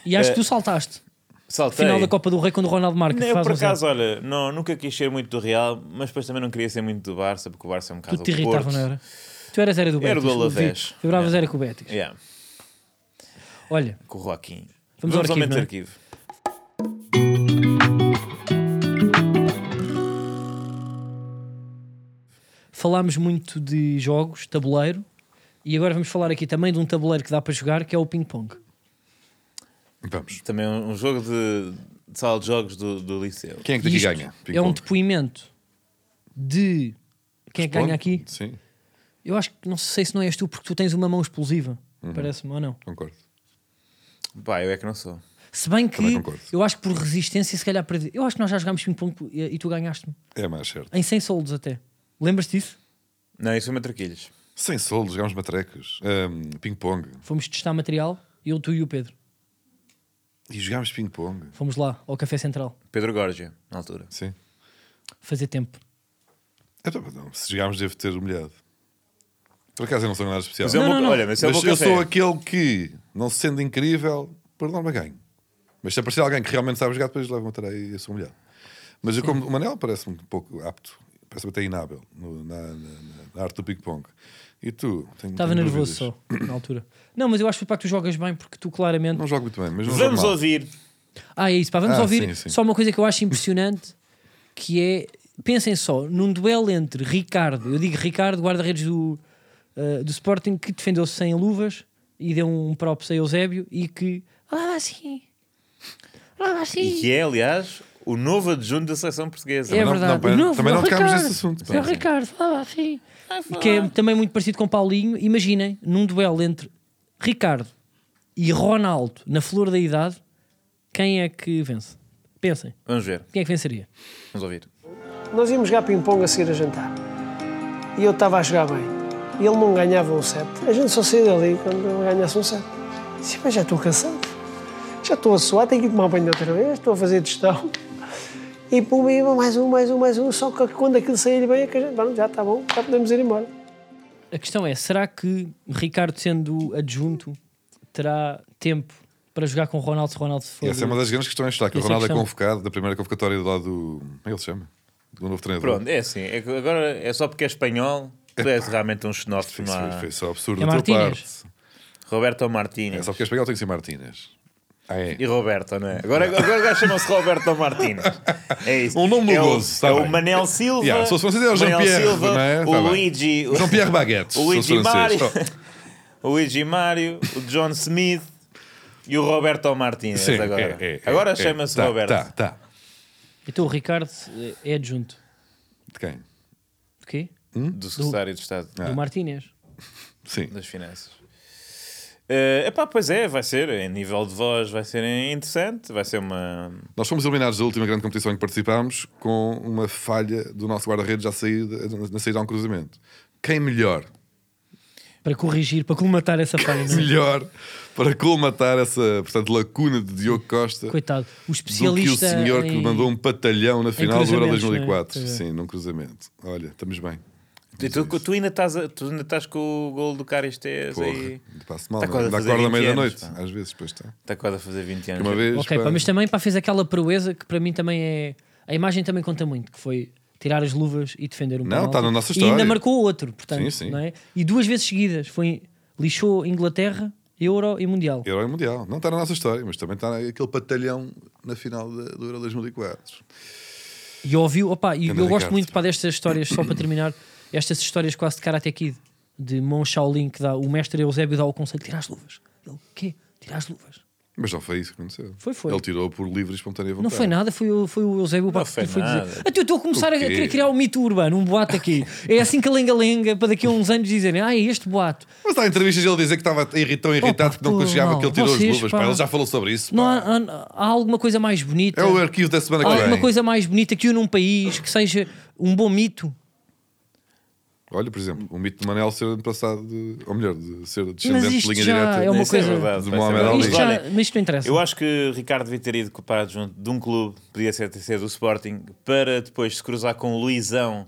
A: E acho
B: É.
A: que tu saltaste.
B: Saltei.
A: Final da Copa do Rei, quando o Ronaldo marca.
B: Não, eu
A: faz
B: por
A: um zero.
B: acaso, olha, não, nunca quis ser muito do Real, mas depois também não queria ser muito do Barça, porque o Barça é um bocado
A: Tu te
B: do
A: irritava,
B: Porto.
A: não era? Tu eras era do Betis.
B: Era do Alavés.
A: Tu bravas
B: É.
A: era com o Betis.
B: Yeah,
A: Olha,
B: com o Joaquim.
A: Vamos
B: Vamos,
A: ao
B: ao
A: arquivo,
B: momento
A: não é?
B: arquivo.
A: falámos muito de jogos, tabuleiro, e agora vamos falar aqui também de um tabuleiro que dá para jogar, que é o ping-pong.
C: Vamos.
B: Também um um jogo de, de sala de jogos do, do Liceu.
C: Quem é
A: E
C: que daqui
A: isto
C: ganha?
A: É um
C: Ping-pong.
A: depoimento de. Quem é que ganha aqui?
C: Sim,
A: Eu acho que não sei se não és tu, porque tu tens uma mão explosiva,
C: Uhum.
A: parece-me, ou não?
C: concordo.
B: Pá, eu é que não sou.
A: Se bem
C: Também
A: que
C: concordo.
A: eu acho que por resistência, se calhar perdi. Eu acho que nós já jogámos ping-pong e, e tu ganhaste-me.
C: É mais certo.
A: Em 100 soldos até. Lembras-te disso?
B: Não, isso foi matraquilhos.
C: Sem soldo, jogámos matrecos, hum, ping-pong.
A: Fomos testar material, eu, tu e o Pedro.
C: E jogámos ping-pong.
A: Fomos lá ao Café Central
B: Pedro Gorgia, na altura.
C: Sim.
A: fazer tempo.
C: É, tá, não, se jogámos, devo ter humilhado. Por acaso eu não sou nada especial.
B: Mas é um
A: Não,
B: bom-
A: não, não.
B: Olha, mas, é um
C: Mas
B: bom
C: eu
B: café.
C: sou aquele que, não sendo incrível, perdão, não ganho. Mas se aparecer alguém que realmente sabe jogar, depois levo-me atrás e eu sou humilhado. Mas eu, como o Manel parece-me um pouco apto, parece-me até inábil no- na, na- na- na arte do ping-pong. E tu? Tenho-
A: Estava
C: tenho
A: nervoso
C: dúvidas.
A: só, na altura. Não, mas eu acho pá, que tu jogas bem, porque tu claramente.
C: Não jogo muito bem, mas não jogo
B: Vamos
C: mal.
B: ouvir.
A: Ah, é isso, pá, vamos
C: Ah,
A: ouvir
C: sim, sim.
A: só uma coisa que eu acho impressionante, que é, pensem só, num duelo entre Ricardo, eu digo Ricardo, guarda-redes do, eh, do Sporting, que defendeu-se sem luvas e deu um props a Eusébio e que, lá assim, lá
B: E
A: assim,
B: que é, aliás, o novo adjunto da seleção portuguesa.
A: é,
C: não-
A: verdade.
C: não,
A: O novo, é
C: também
A: o
C: não tocámos
A: Ricardo,
C: nesse assunto, pá.
A: É o Ricardo, lá assim. E que é também muito parecido com Paulinho, imaginem, num duelo entre Ricardo e Ronaldo, na flor da idade, quem é que vence? Pensem,
B: Vamos ver.
A: quem é que venceria?
B: Vamos ouvir.
G: Nós íamos jogar ping-pong a seguir a jantar. E eu estava a jogar bem. E ele não ganhava um set. A gente só saía dali quando eu ganhasse um set. Disse, mas já estou cansado. Já estou a suar, tenho que ir tomar banho outra vez, estou a fazer digestão. E pum, e mais um, mais um, mais um. Só que quando aquilo saía bem, é que a gente, "Bom, já está bom, já podemos ir embora.
A: A questão é, será que Ricardo, sendo adjunto, terá tempo para jogar com Ronaldo se Ronaldo for...
C: Essa é uma das grandes questões, está que o
A: Essa é a
C: Ronaldo é
A: questão.
C: convocado da primeira convocatória do lado do. Como é que ele se chama? Do novo treinador.
B: Pronto, é assim. é que agora é só porque é espanhol. Tu és realmente um
C: Foi,
B: xenófobo. não
C: foi,
B: há-
C: foi só absurdo
A: É
C: da tua
A: Martínez.
C: parte.
B: Roberto
C: É
B: Martínez.
C: só porque és espanhol tem que ser Martínez. Ah, é.
B: E Roberto, não é? Agora, agora o gajo chama-se Roberto Martínez. É isso.
C: Um nome
B: é o,
C: mugoso, está
B: é o
C: bem.
B: Manel Silva.
C: Yeah, se fosse francês, é o
B: Manel
C: Jean-Pierre,
B: Silva,
C: não é? Está
B: O
C: bem.
B: Luigi. o-
C: Jean-Pierre Baguette.
B: O Luigi
C: sou
B: Mário.
C: francês. Oh,
B: O Luigi Mário, o John Smith e o Roberto Martínez.
C: Sim,
B: agora
C: é, é, é,
B: agora
C: é.
B: chama-se
C: Tá,
B: Roberto.
C: Tá, tá.
A: Então o Ricardo é é adjunto.
C: De quem?
A: De quê?
C: Hum?
B: Do secretário de Estado ah,
A: Do Martínez.
C: Sim.
B: das Finanças. Eh, epá, pois é, vai ser. Em nível de voz, vai ser interessante. Vai ser uma.
C: Nós fomos eliminados da última grande competição em que participámos com uma falha do nosso guarda-redes à saída, na saída a um cruzamento. Quem melhor?
A: Para corrigir, para colmatar essa falha. não é?
C: Melhor para colmatar essa portanto, lacuna de Diogo Costa
A: Coitado. O
C: do que o
A: especialista.
C: senhor que
A: em-
C: mandou um batalhão na final do Euro
A: cruzamentos,
C: 2004.
A: não é?
C: Sim, num cruzamento. Olha, estamos bem.
B: Tu, tu- tu ainda estás a- tu ainda estás com o gol do Caristes
C: Porra,
B: aí.
C: ainda passo mal.
B: Tá quase a
C: é? Ainda
B: fazer
C: acorda à
B: 20
C: meia-noite,
B: anos, pá.
C: às vezes, tá. depois está.
B: Está Tá quase a fazer 20 anos.
C: Uma vez,
A: Ok,
C: pá,
A: pá, mas também pá, fez aquela proeza que para mim também é. A imagem também conta muito, que foi tirar as luvas e defender um
C: Não,
A: penalti.
C: está na nossa
A: E ainda
C: história.
A: marcou outro, portanto.
C: Sim, sim.
A: Não é? E duas vezes seguidas. Foi, lixou Inglaterra, Euro e Mundial.
C: Herói é Mundial. Não está na nossa história, mas também está aquele batalhão na final da- do Euro 2004.
A: E ouviu, opa, e eu
C: Ganda
A: gosto
C: Ricardo.
A: muito pá, destas histórias, só para terminar, estas histórias quase de Karate Kid, de Mon Shaolin, que dá, o mestre Eusébio dá o conselho de tirar as luvas. Ele, o quê? Tirar as luvas.
C: Mas não foi isso que aconteceu.
A: Foi, foi.
C: Ele tirou por livre e espontânea vontade.
A: Não foi nada, foi, o- foi o Eusébio pá, que
B: foi
A: foi
B: nada.
A: dizer. Até eu estou a começar a
C: O quê?
A: querer criar um mito urbano, um boato aqui. É assim que a lenga-lenga, para daqui a uns anos dizerem, ah, é este boato.
C: Mas há entrevistas ele dizer que estava irri- tão irritado
A: pá,
C: que não
A: pô,
C: chegava
A: mal.
C: que ele tirou
A: Vocês,
C: as luvas.
A: pá.
C: Pá. Ele já falou sobre isso.
A: Não
C: pá.
A: há, há- há alguma coisa mais bonita.
C: É o arquivo da semana
A: Há
C: que
A: alguma
C: vem.
A: coisa mais bonita que ir num país que seja um bom mito.
C: Olha, por exemplo, o mito de Manel ser ano passado, de- ou melhor, de ser
A: Mas
C: descendente de
A: isto
C: linha
A: já
C: direta.
A: é uma
B: Isso
A: coisa-
B: verdade, vai
C: Do
B: ser
C: Mohamed
B: verdade.
C: Ali.
A: Isto
B: Mas
A: já-
B: olha,
A: mas isto não interessa.
B: Eu acho que Ricardo devia ter ido para junto de um clube, podia ser ter sido do Sporting, para depois se cruzar com o Luizão,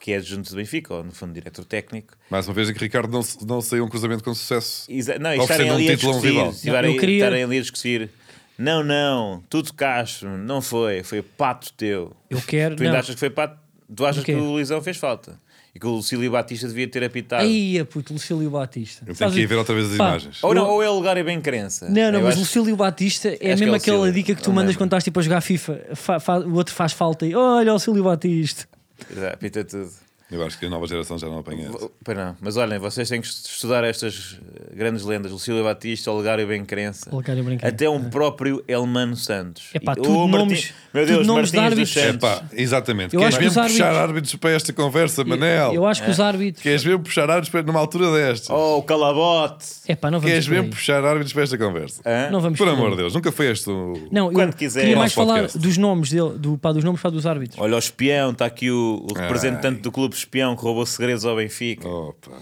B: que é adjunto do Benfica, ou no fundo diretor técnico.
C: Mais uma vez em que Ricardo não, se- não saiu um cruzamento com sucesso.
B: Exa- não, e
C: Oferecendo
B: estarem
C: um
B: ali a
C: título a um
B: discutir,
C: rival.
B: estarem,
A: Eu queria-
B: estarem ali a discutir. Não, não, tudo Castro, não foi, foi pato teu.
A: Eu quero-
B: Tu ainda
A: não.
B: achas que foi pato? Tu achas
A: O quê?
B: que o Luizão fez falta e que o Lucílio Batista devia ter apitado.
A: Aí, puto, Lucílio Batista.
C: Eu tenho
A: Sabes-
C: que ir ver outra vez as
A: Pá,
C: imagens.
B: Ou, não, ou é lugar e bem crença.
A: Não, não,
B: Eu
A: mas
B: acho-
A: Lucílio Batista é
B: acho que
A: mesmo
B: é o
A: aquela
B: Lucílio,
A: dica que tu
B: não
A: mandas
B: lembro.
A: quando estás tipo a jogar FIFA. Fa- fa- o outro faz falta e olha o Lucílio Batista.
B: Exato, Apita tudo.
C: Eu acho que a nova geração já não apanha. essa.
B: Pois não, mas olhem, vocês têm que estudar estas eh, grandes lendas: Lucílio Batista, Olegário Benquerença,
A: Olegário Benquerença,
B: até um próprio Elmano Santos.
A: Epá,
B: E-
A: tudo
B: ou Martim-
A: nomes-
B: meu
A: tudo
B: Deus,
A: nomes de
B: Martins dos
A: árbitros.
B: Santos.
C: Epá, É exatamente.
A: Eu
C: Queres
A: acho que
C: mesmo
A: os
C: puxar
A: árbitros-
C: árbitros para esta conversa, Manel?
A: Eu acho que os
B: É.
A: árbitros.
C: É. Queres mesmo puxar árbitros para... numa altura destas?
B: Oh, o Calabote!
A: É pá, não vamos.
C: Queres
A: por aí.
C: mesmo puxar árbitros para esta conversa?
B: Hã?
A: Não vamos.
C: Por
A: por aí.
C: amor de Deus, nunca foi este o...
A: Não, eu
B: Quando quiser.
A: queria
B: Nosso
A: mais falar
C: podcast.
A: dos nomes dele, do, pá, dos nomes pá, dos árbitros.
B: Olha o espião, está aqui o, o representante do clube espião que roubou segredos ao Benfica.
C: Opa,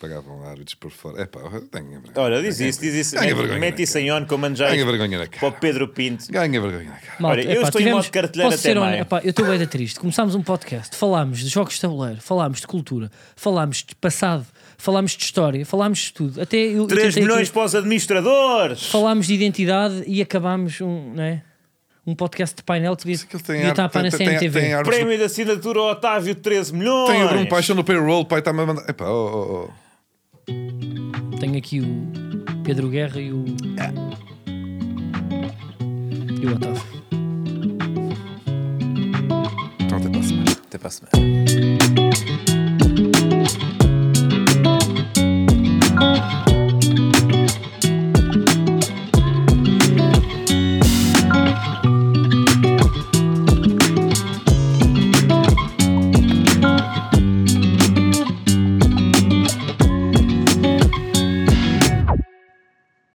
C: pagavam árbitros por fora. É Epá, tenha vergonha.
B: Olha, diz isso, diz isso.
C: Ganha
B: Mete-
C: vergonha
B: Mete
C: na
B: isso em on com manjares
C: Ganha vergonha na cara.
B: para o Pedro Pinto.
C: Ganha vergonha na cara.
A: Malta,
B: Olha, eu
A: epá,
B: estou em
A: tivemos-
B: modo cartelheira
A: posso ser
B: até
A: honesto,
B: maio.
A: epá, Eu estou bem da triste. Começámos um podcast, falámos de jogos de tabuleiro, falámos de cultura, falámos de passado, falámos de história, falámos de tudo. Até eu. eu
B: 3
A: tentei
B: milhões
A: aqui-
B: para os administradores!
A: falámos de identidade e acabámos um, não é? um podcast de painel que devia,
C: que ele
A: devia estar para na CMTV.
C: tem árbitros
B: Prémio de assinatura ao Otávio, 13 milhões!
C: Tem o Bruno Paixão no payroll, pai está-me a mandar. Epá, oh, oh, oh.
A: Tenho aqui o Pedro Guerra e o.
C: É.
A: E o Otávio.
C: Então, até para a semana.
B: Até para a semana.